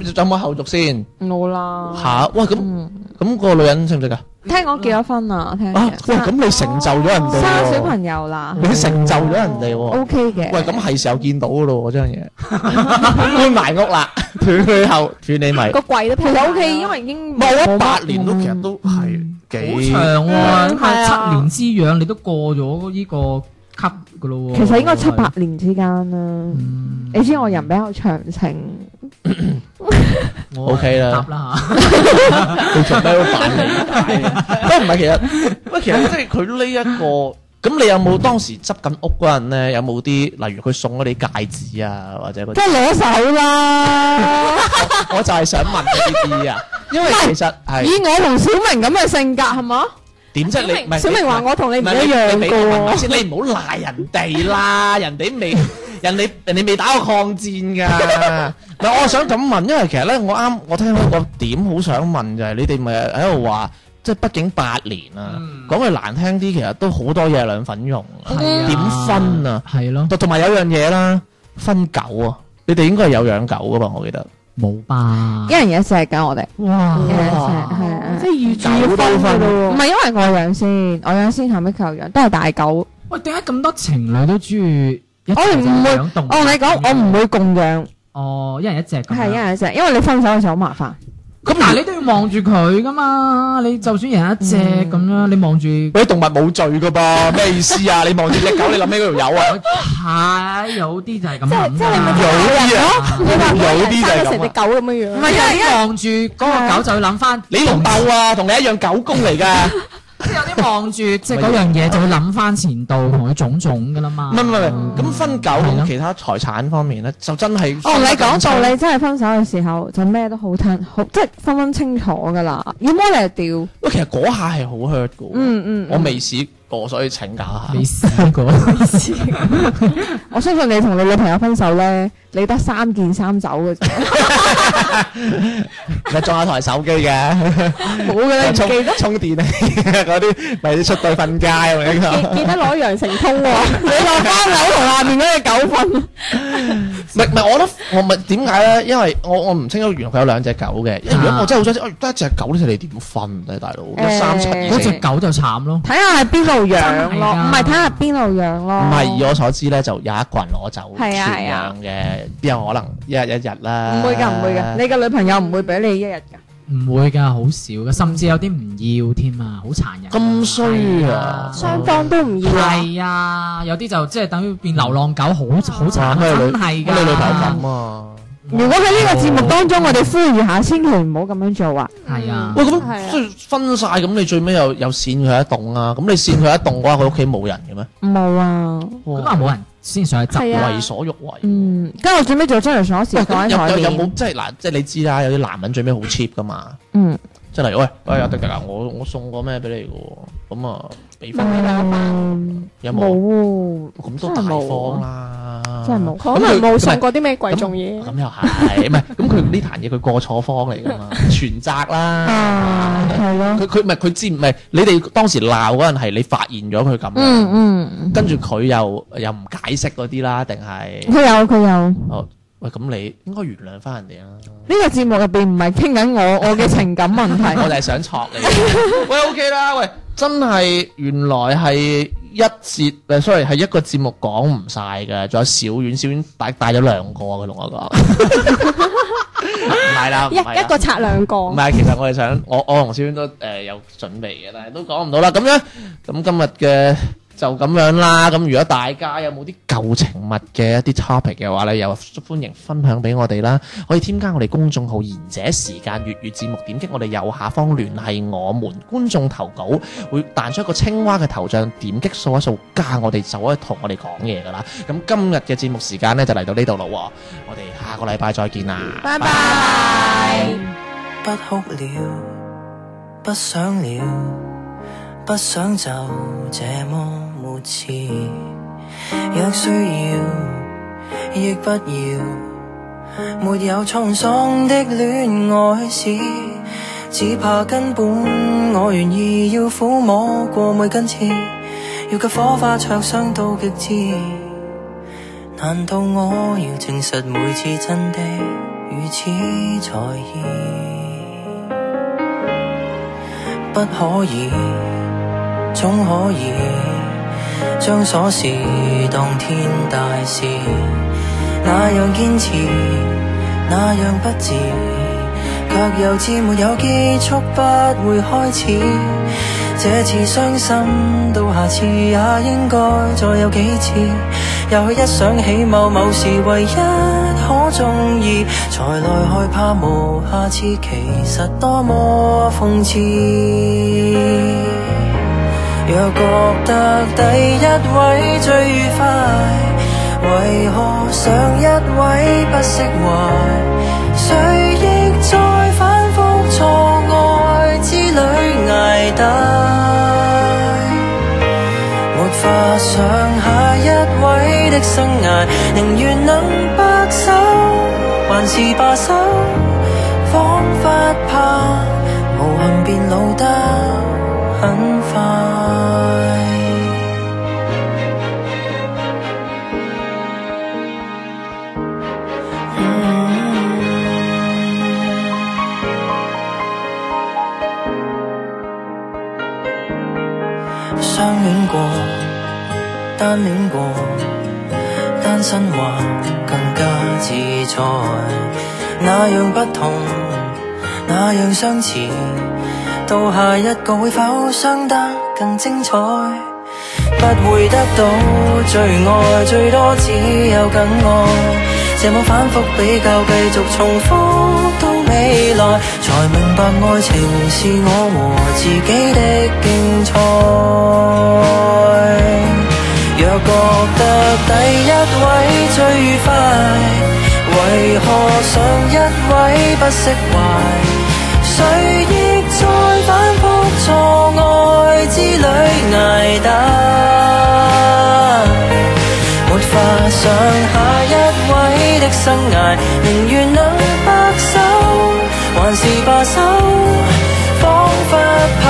[SPEAKER 1] 有冇後續先？
[SPEAKER 3] 冇啦。
[SPEAKER 1] 吓，喂，咁
[SPEAKER 3] 嗯
[SPEAKER 1] 咁個女人識唔識啊？
[SPEAKER 3] 聽講結咗婚啦，聽
[SPEAKER 1] 啊，
[SPEAKER 3] 講
[SPEAKER 1] 喂，咁你成就咗人哋喎，
[SPEAKER 3] 生小朋友啦
[SPEAKER 1] 你成就咗人哋喎。
[SPEAKER 3] ，OK 嘅。
[SPEAKER 1] 喂，咁係時候見到噶咯喎，張嘢 搬埋屋啦，斷佢後斷你咪
[SPEAKER 4] 個。櫃都
[SPEAKER 3] 其
[SPEAKER 4] 平
[SPEAKER 3] 實 OK，因為已經
[SPEAKER 1] 冇
[SPEAKER 3] 冇
[SPEAKER 1] 啊，
[SPEAKER 3] 乜嗯
[SPEAKER 1] 八年都其實都係
[SPEAKER 5] 好
[SPEAKER 1] 幾
[SPEAKER 5] 長喎，咁
[SPEAKER 4] 係啊
[SPEAKER 5] 啊七年之癢，你都過咗呢個級㗎咯喎。
[SPEAKER 3] 其實應該七八年之間啦。你知我人比較長情，
[SPEAKER 5] 我
[SPEAKER 1] OK 啦
[SPEAKER 5] 答啦嚇。
[SPEAKER 1] 佢做咩都扮你，都唔係其實，喂，其實即係佢呢一個咁你有冇當時執緊屋嗰陣咧，有冇啲例如佢送咗你戒指啊，或者嗰啲
[SPEAKER 3] 梗？系攞手啦。
[SPEAKER 1] 我就係想問呢啲啊，因為其實係
[SPEAKER 3] 以我同小明咁嘅性格係嘛？
[SPEAKER 1] 點啫？你唔係
[SPEAKER 3] 小明話我同你唔一樣
[SPEAKER 1] 你俾
[SPEAKER 3] 㗎
[SPEAKER 1] 我問埋
[SPEAKER 3] 喎，
[SPEAKER 1] 先，你唔好賴人哋啦，人哋未，人哋人哋未打過抗戰㗎。唔係，我想咁問，因為其實咧，我啱我聽到個點好想問就係、你哋咪喺度話，即係畢竟八年啊
[SPEAKER 5] 嗯，
[SPEAKER 1] 講句、難聽啲，其實都好多嘢兩份用啊，
[SPEAKER 5] 係啊
[SPEAKER 1] 點分啊？
[SPEAKER 5] 係咯，
[SPEAKER 1] 同同埋有樣嘢啦，分狗啊，你哋應該係有養狗㗎嘛？我記得
[SPEAKER 5] 冇吧
[SPEAKER 3] 一？人有一隻㗎我哋，
[SPEAKER 5] 哇
[SPEAKER 3] 一！人一隻係啊。
[SPEAKER 4] 即係預
[SPEAKER 1] 狗
[SPEAKER 4] 住要分㗎
[SPEAKER 3] 唔
[SPEAKER 4] 咯喎。
[SPEAKER 3] 係因為我養先，我養先後尾佢又養，都係大狗。
[SPEAKER 5] 喂，點解咁多情侶都中意一
[SPEAKER 3] 我哋
[SPEAKER 5] 齊就
[SPEAKER 3] 唔會，
[SPEAKER 5] 兩動
[SPEAKER 3] 我同你講，我唔會共養，
[SPEAKER 5] 哦，一人一隻咁樣。
[SPEAKER 3] 係一啊人一隻，因為你分手嘅時候好麻煩。
[SPEAKER 5] 咁但係你都要望住佢噶嘛？你就算人一隻
[SPEAKER 3] 嗯
[SPEAKER 5] 咁樣，你望住
[SPEAKER 1] 喂，動物冇罪㗎噃，咩意思啊？你望住只狗，你諗起嗰條友啊？
[SPEAKER 5] 係有啲就係咁啊
[SPEAKER 4] 即係
[SPEAKER 5] 諗
[SPEAKER 4] 即係你咪
[SPEAKER 1] 有
[SPEAKER 5] 㗎
[SPEAKER 1] 啲啊，
[SPEAKER 4] 你話
[SPEAKER 1] 有啲就係咁
[SPEAKER 4] 生得
[SPEAKER 1] 啊
[SPEAKER 4] 成隻狗咁樣
[SPEAKER 5] 唔
[SPEAKER 4] 樣。
[SPEAKER 5] 係因為望住嗰個狗就會諗翻，
[SPEAKER 1] 你同鬥啊，同你一樣狗公嚟㗎。
[SPEAKER 5] 即係有啲望住即係嗰樣嘢就會諗翻前度同佢種種噶啦嘛。
[SPEAKER 1] 唔係唔係唔係，咁分狗
[SPEAKER 5] 係咯
[SPEAKER 1] 咁其他財產方面咧，就真係
[SPEAKER 3] 我哦同你講道理，真係分手嘅時候就咩都好吞，好即係分分清楚㗎啦。要麼你就掉，
[SPEAKER 1] 喂，其實嗰下係好 hurt 嘅喎。
[SPEAKER 3] 嗯嗯。
[SPEAKER 1] 我未試過，所以請教下。
[SPEAKER 5] 未試過，
[SPEAKER 3] 我相信你同你女朋友分手咧，你得三件衫走嘅 啫，
[SPEAKER 1] 咪仲有台手機嘅，
[SPEAKER 3] 冇嘅啦，唔
[SPEAKER 1] 充
[SPEAKER 3] 記得。
[SPEAKER 1] 充電 器嗰啲，咪出對瞓街咁 樣。
[SPEAKER 4] 記記得攞羊城通喎、
[SPEAKER 3] 你落翻樓同下面嗰只狗瞓。
[SPEAKER 1] 唔係唔係，我覺得我咪點解咧？因為我我唔清楚，原來佢有兩隻狗嘅。因為如果我真係好想知，哎得一隻狗呢，你點分咧，大佬？一三七二
[SPEAKER 5] 嗰
[SPEAKER 1] 四
[SPEAKER 5] 只狗就慘咯。
[SPEAKER 3] 睇下係邊度養
[SPEAKER 5] 真係
[SPEAKER 3] 咯，
[SPEAKER 5] 㗎
[SPEAKER 3] 唔係睇下邊度養咯。
[SPEAKER 1] 唔係，以我所知咧，就有一個人攞走全
[SPEAKER 3] 係啊係
[SPEAKER 1] 養
[SPEAKER 3] 啊
[SPEAKER 1] 嘅，邊有可能一日一日啦？
[SPEAKER 3] 唔會㗎，唔會㗎。你嘅女朋友唔會俾你一日㗎。
[SPEAKER 5] 唔會㗎，好少嘅，甚至有啲唔要添啊，好殘忍。
[SPEAKER 1] 咁衰啊
[SPEAKER 5] 係
[SPEAKER 4] 雙方都唔要啊。
[SPEAKER 5] 係啊，有啲就即係等於變流浪狗，好好慘
[SPEAKER 1] 哇
[SPEAKER 5] 啊，
[SPEAKER 1] 咩女
[SPEAKER 5] 真係㗎。
[SPEAKER 1] 咩女朋友咁啊？
[SPEAKER 3] 如果喺呢個節目當中，我哋呼籲下，千祈唔好咁樣做啊！
[SPEAKER 5] 係啊
[SPEAKER 1] 喂，，
[SPEAKER 4] 係啊
[SPEAKER 1] 咁即係分晒，咁你最尾又又跣佢一棟啊？咁你跣佢一棟嘅話，佢屋企冇人嘅咩？
[SPEAKER 3] 冇啊，
[SPEAKER 5] 咁啊冇人先上去執
[SPEAKER 4] 係啊
[SPEAKER 1] 為所欲為。
[SPEAKER 3] 嗯，跟住我最尾做真人鎖
[SPEAKER 1] 喂
[SPEAKER 3] 匙放
[SPEAKER 1] 哦咁
[SPEAKER 3] 喺台
[SPEAKER 1] 有有有
[SPEAKER 3] 面，
[SPEAKER 1] 冇即係嗱？即係你知啦，有啲男人最尾好 cheap 噶嘛。
[SPEAKER 3] 嗯，
[SPEAKER 1] 真係喂喂阿迪迪啊，我我送過咩俾你嘅喎？咁啊，俾翻
[SPEAKER 3] 嗯
[SPEAKER 1] 有
[SPEAKER 3] 冇
[SPEAKER 1] 冇？
[SPEAKER 3] 喎，
[SPEAKER 1] 咁都大方啦，
[SPEAKER 3] 真係冇。
[SPEAKER 4] 可能冇送過啲咩貴重嘢。
[SPEAKER 1] 咁又係，唔係咁佢呢壇嘢佢過錯方嚟㗎嘛，全責
[SPEAKER 3] À.
[SPEAKER 1] 啦。
[SPEAKER 3] 啊，係咯，
[SPEAKER 1] 佢佢唔係佢知唔係你哋當時鬧嗰陣係你發現咗佢咁樣，
[SPEAKER 3] 嗯嗯，
[SPEAKER 1] 跟住佢又又唔解釋嗰啲啦，定係
[SPEAKER 3] 佢有佢有。
[SPEAKER 1] 哦喂咁你應該原諒翻人哋啦，
[SPEAKER 3] 呢個節目入邊唔係傾緊我我嘅情感問
[SPEAKER 1] 我
[SPEAKER 3] 題，
[SPEAKER 1] 就係想戳你。喂 OK 啦，喂真係原來係一節誒，sorry à, 係一個節目講唔晒嘅，仲有小遠小遠帶帶咗兩個嘅同我講，唔係啦，唔
[SPEAKER 4] 一
[SPEAKER 1] 係啊啦
[SPEAKER 4] 一個拆兩個，
[SPEAKER 1] 唔係，其實我哋想，我我同小娟都誒、呃有準備嘅，但係都講唔到啦。咁樣，咁今日嘅就咁樣啦。咁如果大家有冇啲舊情物嘅一啲 topic 嘅話咧，又歡迎分享俾我哋啦。可以添加我哋公眾號賢者時間粵語節目，點擊我哋右下方聯繫我們觀眾投稿，會彈出一個青蛙嘅頭像，點擊掃一掃加我哋就可以同我哋講嘢噶啦。咁今日嘅節目時間咧就嚟到呢度咯喎，我哋下個禮拜再見啦，拜拜。
[SPEAKER 8] 不哭了，不想了，不想就這麼沒刺。若需要，亦不要，沒有滄桑的戀愛史，只怕根本我願意要撫摸過每根刺，要給火花灼傷到極致。難道我要證實每次真的如此在意？不可以，總可以將瑣事當天大事，那樣堅持，那樣不智，卻又知沒有結束不會開始。這次傷心，到下次也應該再有幾次。也許一想起某某事，唯一可中意，才來害怕無下次，其實多麼諷刺。若覺得第一位最愉快，為何上一位不釋懷？誰亦在反覆錯愛之旅捱大。沒法想下一位的生涯，寧願能白首，還是罷手，彷彿怕無憾變老得很快。相戀過，單戀過，單身或更加自在。那樣不同，那樣相似，到下一個會否相得更精彩？不會得到最愛，最多只有更愛。這麼反覆比較，繼續重複到未來，才明白愛情是我和自己的競賽。若覺得第一位最愉快，為何上一位不釋懷？誰亦在反覆錯愛之旅捱打，沒法想下一位的生涯，寧願能白首，還是罷手，彷彿怕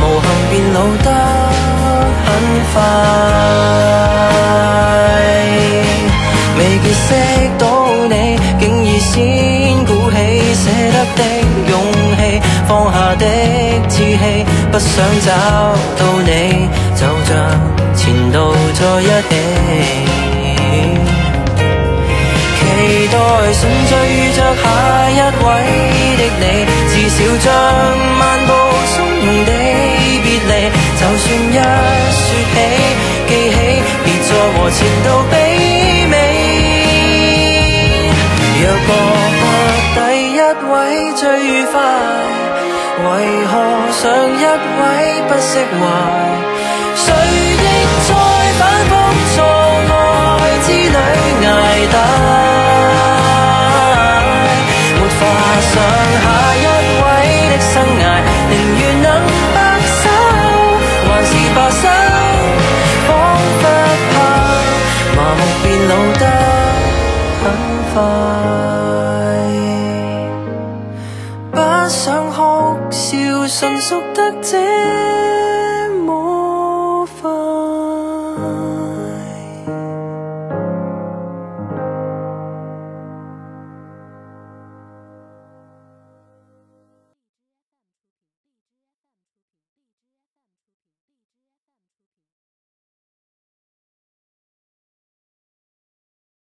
[SPEAKER 8] 無憾變老得很快。未結識到你，竟已先鼓起捨得的勇氣，放下的志氣，不想找到你，就像前度在一起。期待順序遇着下一位的你，至少將漫步從容地別離。就算一說起，記起，別再和前度比美。若覺得第一位最愉快，為何上一位不釋懷？誰亦在反覆錯愛之旅捱打，沒法想下一位的生涯，寧願能白首，還是罷手，彷彿怕麻木變老得很快。不想哭，笑，純屬得這